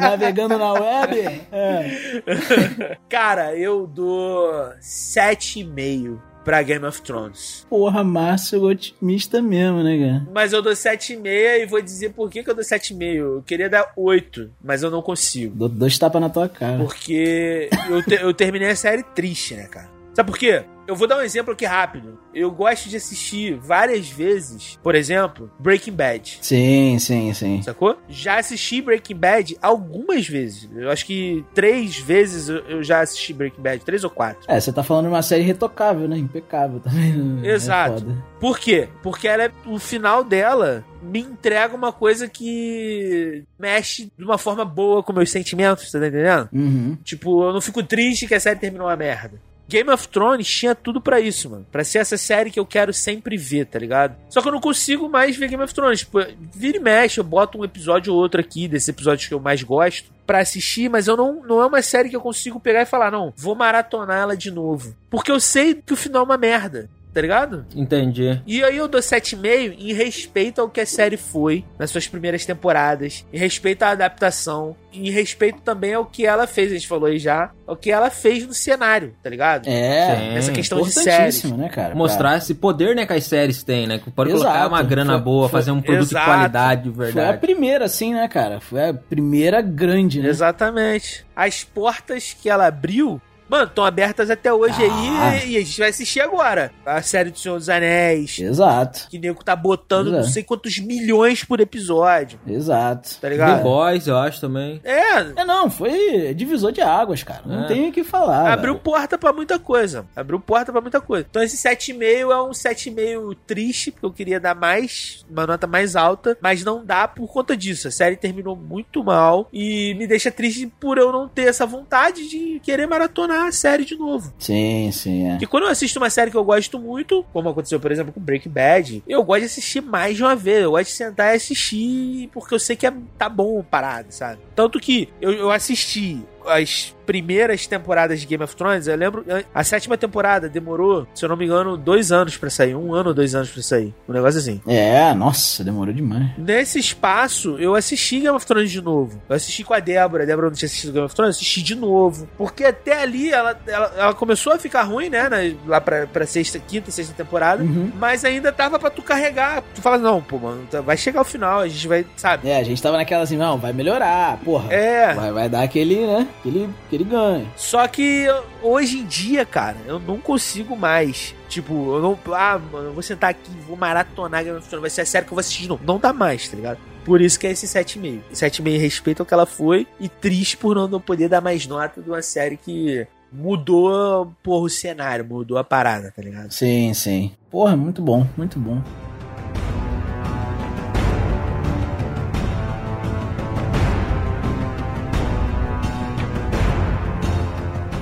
Navegando na web. É. Cara, eu dou 7,5 pra Game of Thrones. Porra, Márcio otimista mesmo, né, cara? Mas eu dou 7,5 e vou dizer por que, que eu dou 7,5. Eu queria dar 8, mas eu não consigo. Dou dois tapas na tua cara. Porque eu, te- eu terminei a série triste, né, cara? Sabe por quê? Eu vou dar um exemplo aqui rápido. Eu gosto de assistir várias vezes, por exemplo, Breaking Bad. Sim, sim, sim. Sacou? Já assisti Breaking Bad algumas vezes. Eu acho que três vezes eu- eu já assisti Breaking Bad, três ou quatro. É, você tá falando de uma série retocável, né? Impecável também. É Exato. foda. Por quê? Porque ela é- o final dela me entrega uma coisa que mexe de uma forma boa com meus sentimentos, tá entendendo? Uhum. Tipo, eu não fico triste que a série terminou uma merda. Game of Thrones tinha tudo pra isso, mano. Pra ser essa série que eu quero sempre ver, tá ligado? Só que eu não consigo mais ver Game of Thrones. Tipo, vira e mexe, eu boto um episódio ou outro aqui, desses episódios que eu mais gosto, pra assistir, mas eu não, não é uma série que eu consigo pegar e falar, não, vou maratonar ela de novo. Porque eu sei que o final é uma merda, tá ligado? Entendi. E aí eu dou 7,5 em respeito ao que a série foi nas suas primeiras temporadas, em respeito à adaptação, e em respeito também ao que ela fez, a gente falou aí já, ao que ela fez no cenário, tá ligado? É. Sim. Nessa questão de séries. Importantíssimo, né, cara? Mostrar esse poder, né, que as séries têm, né? Que pode colocar Exato. uma grana Foi- boa, foi- fazer um produto Exato. de qualidade, de Foi a verdade. primeira, assim, né, cara? Foi a primeira grande, né? Exatamente. As portas que ela abriu, mano, estão abertas até hoje Ah. aí e, e a gente vai assistir agora. A série do Senhor dos Anéis, Exato. que nego tá botando É. Pois é. não sei quantos milhões por episódio, Exato. tá The ligado? Boys, eu acho também. É, É, não, foi divisor de águas, cara. Não É. tem o que falar. abriu velho. porta pra muita coisa. Abriu porta pra muita coisa. Então esse 7,5 é um 7,5 triste, porque eu queria dar mais, uma nota mais alta, mas não dá por conta disso. A série terminou muito mal e me deixa triste por eu não ter essa vontade de querer maratonar a série de novo. Sim, sim, é. Porque quando eu assisto uma série que eu gosto muito, como aconteceu, por exemplo, com Breaking Bad, eu gosto de assistir mais de uma vez. Eu gosto de sentar e assistir porque eu sei que é- tá bom parado, sabe? Tanto que eu, eu assisti as primeiras temporadas de Game of Thrones, eu lembro. A sétima temporada demorou, se eu não me engano, dois anos pra sair. Um ano ou dois anos pra sair. Um negócio assim. É, nossa, demorou demais. Nesse espaço, eu assisti Game of Thrones de novo. Eu assisti com a Débora. A Débora não tinha assistido Game of Thrones, eu assisti de novo. Porque até ali ela, ela, ela começou a ficar ruim, né? né, lá pra, pra sexta, quinta, sexta temporada. Uhum. Mas ainda tava pra tu carregar. Tu fala, não, pô, mano, tá- vai chegar o final, a gente vai, sabe? É, a gente tava naquela assim, não, vai melhorar, porra. É. Vai, vai dar aquele, né? Aquele, aquele ele ganha. Só que hoje em dia, cara, eu não consigo mais. Tipo, eu não. Ah, mano, eu vou sentar aqui, vou maratonar Game of Thrones. Vai ser a série que eu vou assistir. Não, não dá mais, tá ligado? Por isso que é esse 7,5. 7,5 respeito ao que ela foi. E triste por não, não poder dar mais nota de uma série que mudou, porra, o cenário, mudou a parada, tá ligado? Sim, sim. Porra, muito bom, muito bom.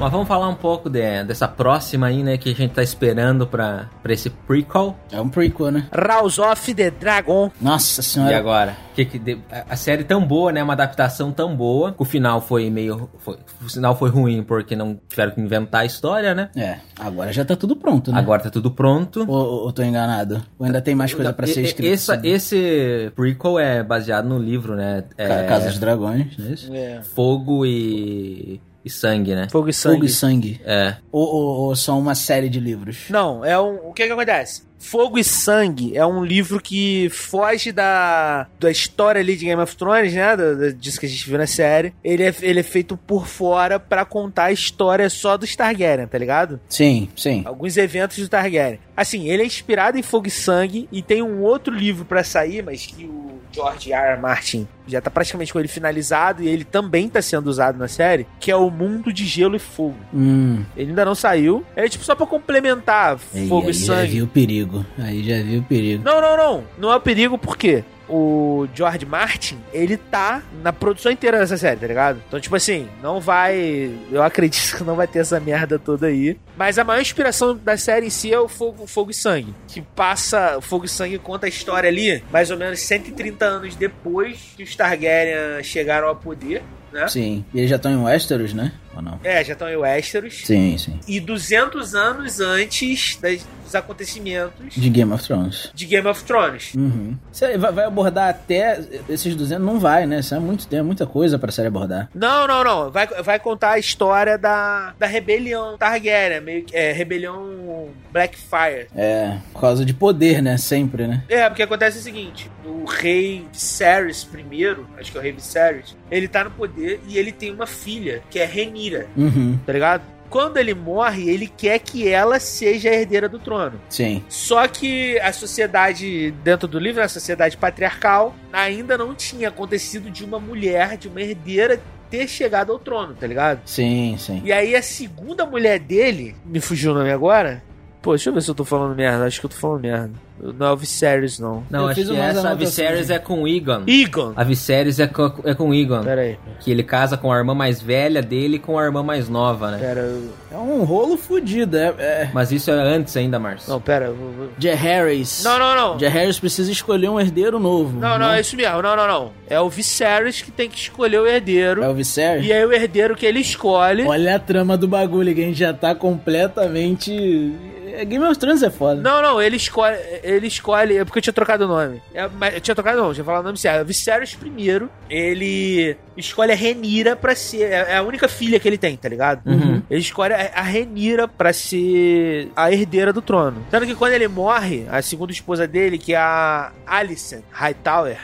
Mas vamos falar um pouco de- dessa próxima aí, né? Que a gente tá esperando pra, pra esse prequel. É um prequel, né? House of the Dragon. Nossa E senhora. agora? Que que de- a- A série tão boa, né? Uma adaptação tão boa. O final foi meio. foi- o final foi ruim porque não tiveram que inventar a história, né? É, agora já tá tudo pronto, né? Agora tá tudo pronto. Então, Ou, ou, ou tô enganado? Ou ainda tem mais coisa pra ser E- e- escrita? essa- sobre esse prequel é baseado no livro, né? Ca- É, Casa dos Dragões, não é isso? É. Fogo e, e sangue, né? Fogo e Fogo sangue. e Sangue. É. Ou, ou, ou são uma série de livros? Não, é um. O que que acontece? Fogo e Sangue é um livro que foge da, da história ali de Game of Thrones, né? Da- da- disso que a gente viu na série. Ele é, ele é feito por fora pra contar a história só dos Targaryen, tá ligado? Sim, sim. Alguns eventos do Targaryen. Assim, ele é inspirado em Fogo e Sangue e tem um outro livro pra sair, mas que o George R. R. Martin já tá praticamente com ele finalizado e ele também tá sendo usado na série, que é o Mundo de Gelo e Fogo. Hum, Ele ainda não saiu. É tipo só pra complementar aí, Fogo aí é e já Sangue. viu o perigo. Aí já viu o perigo. Não, não, não. Não é o perigo porque o George Martin, ele tá na produção inteira dessa série, tá ligado? Então, tipo assim, não vai. Eu acredito que não vai ter essa merda toda aí. Mas a maior inspiração da série em si é o Fogo, Fogo e Sangue. Que passa. O Fogo e Sangue conta a história ali, mais ou menos 130 anos depois que os Targaryen chegaram ao poder, né? Sim. E eles já estão em Westeros, né? Ou não? É, já estão em Westeros. Sim, sim. E 200 anos antes das- dos acontecimentos De Game of Thrones. de Game of Thrones. Uhum. Você vai vai abordar até esses 200? Não vai, né? Isso é muito tempo, muita coisa pra série abordar. Não, não, não. Vai, vai contar a história da, da rebelião Targaryen, meio que é, rebelião Blackfire. É, por causa de poder, né? Sempre, né? É, porque acontece o seguinte, o rei Viserys I, acho que é o rei Viserys, ele tá no poder e ele tem uma filha, que é Renira, Uhum. tá ligado? Quando ele morre, ele quer que ela seja a herdeira do trono. Sim. Só que a sociedade, dentro do livro, né, a sociedade patriarcal, ainda não tinha acontecido de uma mulher, de uma herdeira, ter chegado ao trono, tá ligado? Sim, sim. E aí a segunda mulher dele, me fugiu o nome agora? Pô, deixa eu ver se eu tô falando merda. Acho que eu tô falando merda. Não é o Viserys, não. Não, Eu acho fiz que umas essa a anotações Viserys aqui. é com o Egon. Egon. A Viserys é com, é com o Egon. Pera aí. Que ele casa com a irmã mais velha dele e com a irmã mais nova, né? Pera. eu- É um rolo fudido, é. é... Mas isso é antes ainda, Márcio. Não, pera. eu- eu- Jay Harris. Não, não, não. Jay Harris precisa escolher um herdeiro novo. né? Não, não, é isso mesmo. Não, não, não. É o Viserys que tem que escolher o herdeiro. É o Viserys? E aí o herdeiro que ele escolhe. Olha a trama do bagulho, que a gente já tá completamente. É, Game of Thrones é foda. Não, não, ele escolhe. Ele escolhe. É porque eu tinha trocado o nome. É, mas eu tinha trocado não, tinha falado o nome certo. É Viserys I, ele escolhe a Renira pra ser. É é a única filha que ele tem, tá ligado? Uhum. Ele escolhe a a Renira pra ser a herdeira do trono. Tanto que quando ele morre, a segunda esposa dele, que é a Alicent Hightower,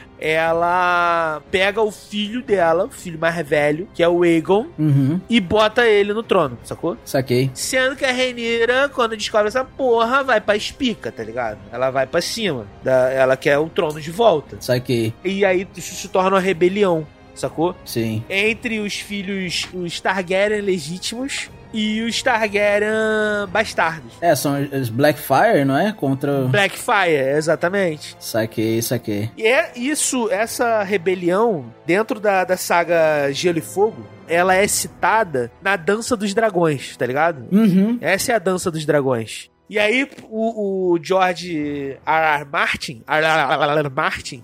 ela pega o filho dela, o filho mais velho, que é o Aegon, Uhum. e bota ele no trono, sacou? Saquei. Sendo que a Renira, quando descobre essa porra, vai pra espica, tá ligado? Ela vai pra cima. da- ela quer o trono de volta. Saquei. E aí isso se torna uma rebelião, sacou? Sim. Entre os filhos, os Targaryen legítimos e os Targaryen bastardos. É, são os Blackfire, não é? Contra. o- Blackfire, exatamente. Saquei, saquei. E é isso, essa rebelião, dentro da, da saga Gelo e Fogo, ela é citada na Dança dos Dragões, tá ligado? Uhum. Essa é a dança dos dragões. E aí, o, o George R. R. Martin, R. R. R. Martin,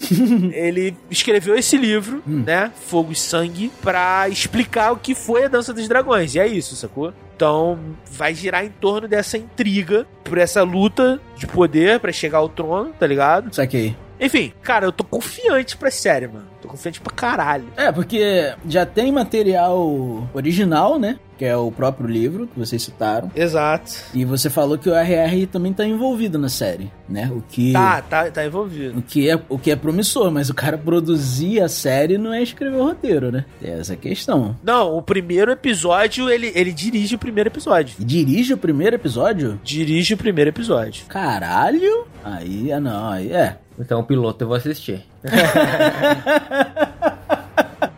ele escreveu esse livro, Hum. né? Fogo e Sangue, pra explicar o que foi a dança dos dragões. E é isso, sacou? Então, vai girar em torno dessa intriga, por essa luta de poder pra chegar ao trono, tá ligado? Saquei. Enfim, cara, eu tô confiante pra série, mano. Tô confiante pra caralho. É, porque já tem material original, né? Que é o próprio livro que vocês citaram. Exato. E você falou que o RR também tá envolvido na série, né? O que. Tá, tá, tá envolvido. O que, é, o que é promissor, mas o cara produzir a série não é escrever o roteiro, né? Tem essa questão. Não, o primeiro episódio, ele, ele dirige o primeiro episódio. E dirige o primeiro episódio? Dirige o primeiro episódio. Caralho! Aí, ah não, aí é. Então, piloto, eu vou assistir.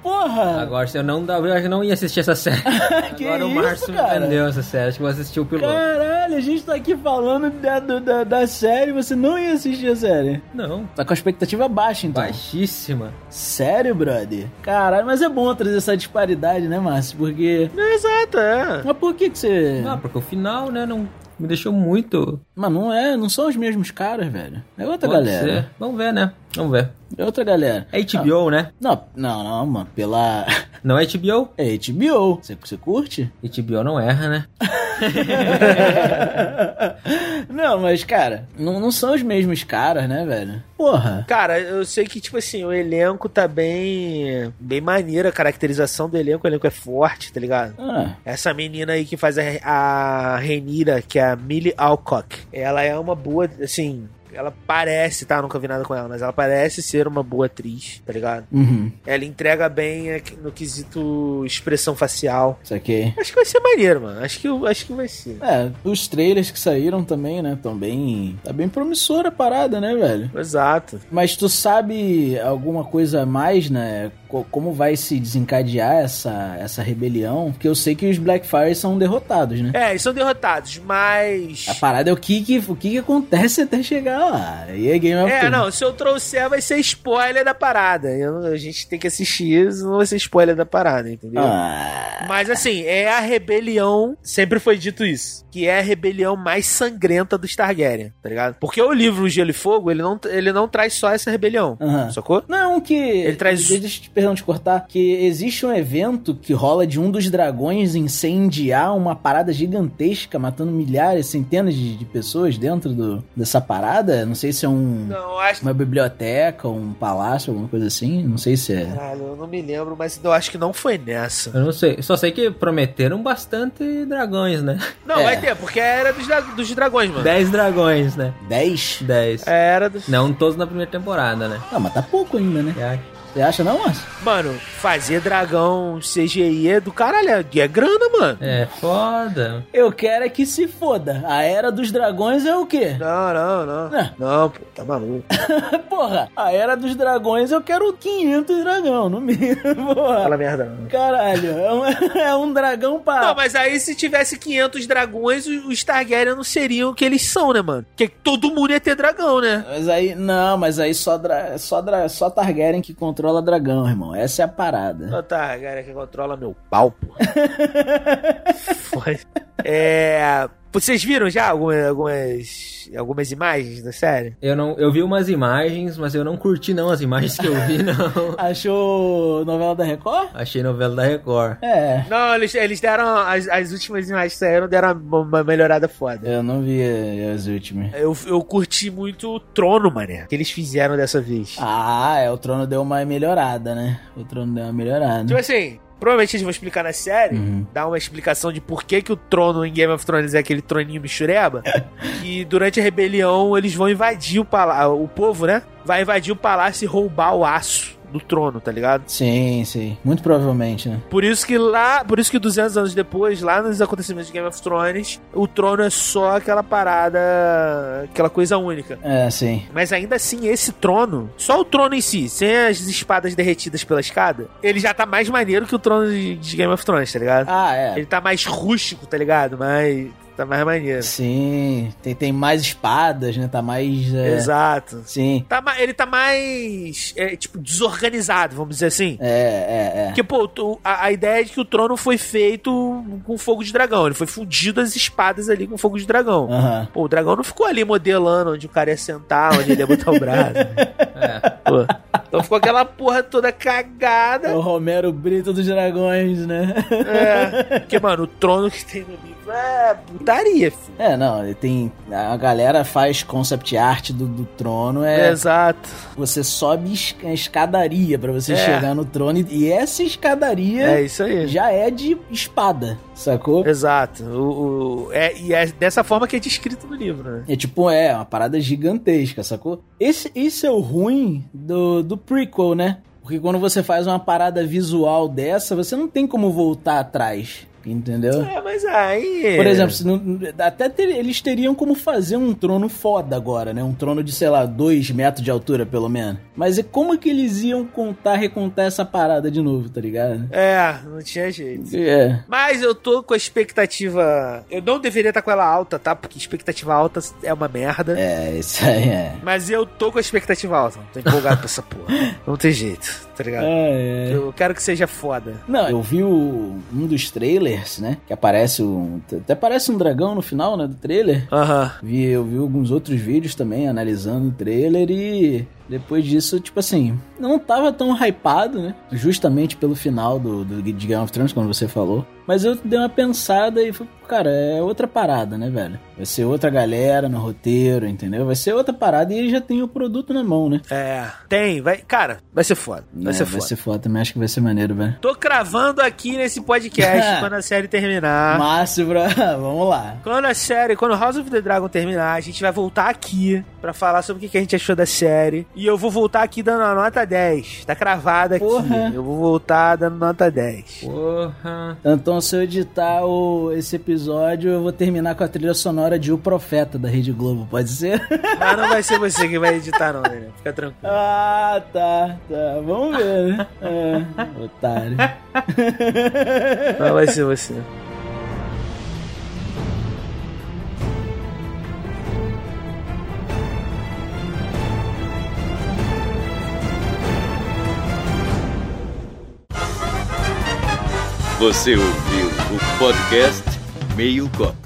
Porra! Agora, se eu não dava, eu acho que não ia assistir essa série. Que Agora o isso, Márcio cara? vendeu essa série. Acho que eu vou assistir o piloto. Caralho, a gente tá aqui falando da, do- da, da série, você não ia assistir a série. Não. Tá com a expectativa baixa, então. Baixíssima. Sério, brother? Caralho, mas é bom trazer essa disparidade, né, Márcio? Porque. Exato, é. Mas por que que você. Ah, porque o final, né, não me deixou muito. Mas não é, não são os mesmos caras, velho. É outra Pode galera. Ah. ser. Vamos ver, né? Vamos ver. É outra galera. É HBO, né? Não, não, não, mano. Pela. Não é HBO? É HBO. Você, você curte? HBO não erra, né? não, mas, cara, não, não são os mesmos caras, né, velho? Porra. Cara, eu sei que, tipo assim, o elenco tá bem. bem maneiro. A caracterização do elenco, o elenco é forte, tá ligado? Ah, Essa menina aí que faz a, a Renira, que é a Millie Alcock, ela é uma boa, assim. Ela parece, tá? Eu Nunca vi nada com ela, mas ela parece ser uma boa atriz, tá ligado? uhum. Ela entrega bem aqui no quesito expressão facial. Saquei. Acho que vai ser maneiro, mano. Acho que, eu- acho que vai ser. É, os trailers que saíram também, né? Tão bem. Tá bem promissora a parada, né, velho? Exato. Mas tu sabe alguma coisa a mais, né? Co- Como vai se desencadear essa, essa rebelião? Porque eu sei que os Blackfires são derrotados, né? É, eles são derrotados, mas. A parada é o que, que, o que, que acontece até chegar lá. E é Game of É, Thrones. não, se eu trouxer vai ser spoiler da parada. Eu- a gente tem que assistir isso, não vai ser spoiler da parada, entendeu? Ah, Mas assim, é a rebelião. Sempre foi dito isso. Que é a rebelião mais sangrenta dos Targaryen, tá ligado? Porque o livro O Gelo e Fogo, ele não, ele não traz só essa rebelião. aham. Sacou? Não, que. Ele traz- Deixa, perdão de cortar. Que existe um evento que rola de um dos dragões incendiar uma parada gigantesca, matando milhares, centenas de, de pessoas dentro do, dessa parada. Não sei se é um. Não, acho. Uma biblioteca, um palácio, alguma coisa assim. Não sei se é. Caralho, eu não me lembro, mas eu acho que não foi nessa. Eu não sei. Só sei que prometeram bastante dragões, né? Não, É. vai ter, porque é a era dos, dra- dos dragões, mano. 10 dragões, né? 10? 10. É a era dos. Não todos na primeira temporada, né? Ah, mas tá pouco ainda, né? É. Você acha não, Márcio? Mano, fazer dragão CGI é do caralho. é- É grana, mano. É foda. Eu quero é que se foda. A era dos dragões é o quê? Não, não, não. É. Não, pô, tá maluco. Porra, a era dos dragões eu quero 500 dragão, no mínimo. Porra. Fala merda, não. Caralho, é um, é um dragão Não, pra. mas aí se tivesse 500 dragões, os os Targaryen não seriam o que eles são, né, mano? Porque todo mundo ia ter dragão, né? Mas aí, não, mas aí só, dra- só, dra- só Targaryen que controla dragão, irmão. Essa é a parada. O Targaryen que controla meu pau, pô. Foi. É... Vocês viram já alguma- algumas, algumas imagens da série? Eu, não, eu vi umas imagens, mas eu não curti não as imagens que eu vi, não. Achou novela da Record? Achei novela da Record. É. Não, eles, eles deram... As, as últimas imagens que saíram deram uma, uma melhorada foda. Eu não vi as últimas. Eu, eu curti muito o Trono, mané. Que eles fizeram dessa vez. Ah, é, o trono deu uma melhorada, né? O trono deu uma Tipo melhorada. assim, provavelmente eles vão explicar na série, Uhum. dar uma explicação de por que, que o trono em Game of Thrones é aquele troninho michureba. e durante a rebelião eles vão invadir o palácio. O povo, né? Vai invadir o palácio e roubar o aço do trono, tá ligado? Sim, sim. Muito provavelmente, né? Por isso que lá, por isso que 200 anos depois, lá nos acontecimentos de Game of Thrones, o trono é só aquela parada, aquela coisa única. É, sim. Mas ainda assim, esse trono, só o trono em si, sem as espadas derretidas pela escada, ele já tá mais maneiro que o trono de de Game of Thrones, tá ligado? Ah, é. Ele tá mais rústico, tá ligado? Mas tá mais maneiro. Sim. Tem, tem mais espadas, né? Tá mais. é, Exato. Sim. Tá, ma- ele tá mais, é, tipo, desorganizado, vamos dizer assim. É, é, é. Porque, pô, tu- a, a ideia é de que o trono foi feito com fogo de dragão. Ele foi fundido as espadas ali com fogo de dragão. Aham. Pô, o dragão não ficou ali modelando onde o cara ia sentar, onde ele ia botar o braço. É. Pô. Então ficou aquela porra toda cagada. É o Romero Brito dos Dragões, né? É, porque, mano, o trono que tem no livro é putaria, filho. É, não, ele tem. A galera faz concept art do, do trono. É, Exato. Você sobe es- a escadaria pra você É. chegar no trono. E, e essa escadaria É isso aí. já é de espada, sacou? Exato. O, o- é, e é dessa forma que é descrito no livro, né? É tipo, é, uma parada gigantesca, sacou? Esse, esse é o ruim do, do prequel, né? Porque quando você faz uma parada visual dessa, você não tem como voltar atrás, entendeu? É, mas aí. Por exemplo, se não- até ter- eles teriam como fazer um trono foda agora, né? Um trono de, sei lá, 2 metros de altura, pelo menos. Mas e como que eles iam contar, recontar essa parada de novo, tá ligado? É, não tinha jeito. É. Mas eu tô com a expectativa. Eu não deveria estar com ela alta, tá? Porque expectativa alta é uma merda. É, isso aí é. Mas eu tô com a expectativa alta. Tô empolgado pra essa porra. Não tem jeito, tá ligado? É, é. Eu quero que seja foda. Não, eu vi o- um dos trailers, né? Que aparece um. Até parece um dragão no final, né? Do trailer. Aham. Vi, eu vi alguns outros vídeos também analisando o trailer e depois disso, tipo assim, eu não tava tão hypado, né? Justamente pelo final do, do de Game of Thrones, como você falou. Mas eu dei uma pensada e falei, cara, é outra parada, né, velho? Vai ser outra galera no roteiro, entendeu? Vai ser outra parada e ele já tem o produto na mão, né? É. Tem, vai. Cara, vai ser foda. Vai É, ser foda. Vai ser foda também, acho que vai ser maneiro, velho. Tô cravando aqui nesse podcast quando a série terminar. Márcio, bro, vamos lá. Quando a série, quando House of the Dragon terminar, a gente vai voltar aqui pra falar sobre o que que a gente achou da série. E eu vou voltar aqui dando a nota 10. Tá cravada aqui. Porra. Eu vou voltar dando nota 10. Porra. Então, se eu editar o- esse episódio, eu vou terminar com a trilha sonora de O Profeta da Rede Globo, pode ser? Mas não vai ser você que vai editar, não, né? Fica tranquilo. Ah, tá, tá. Vamos ver, né? É, otário. Não vai ser você. Você ouviu o podcast Meio Copo.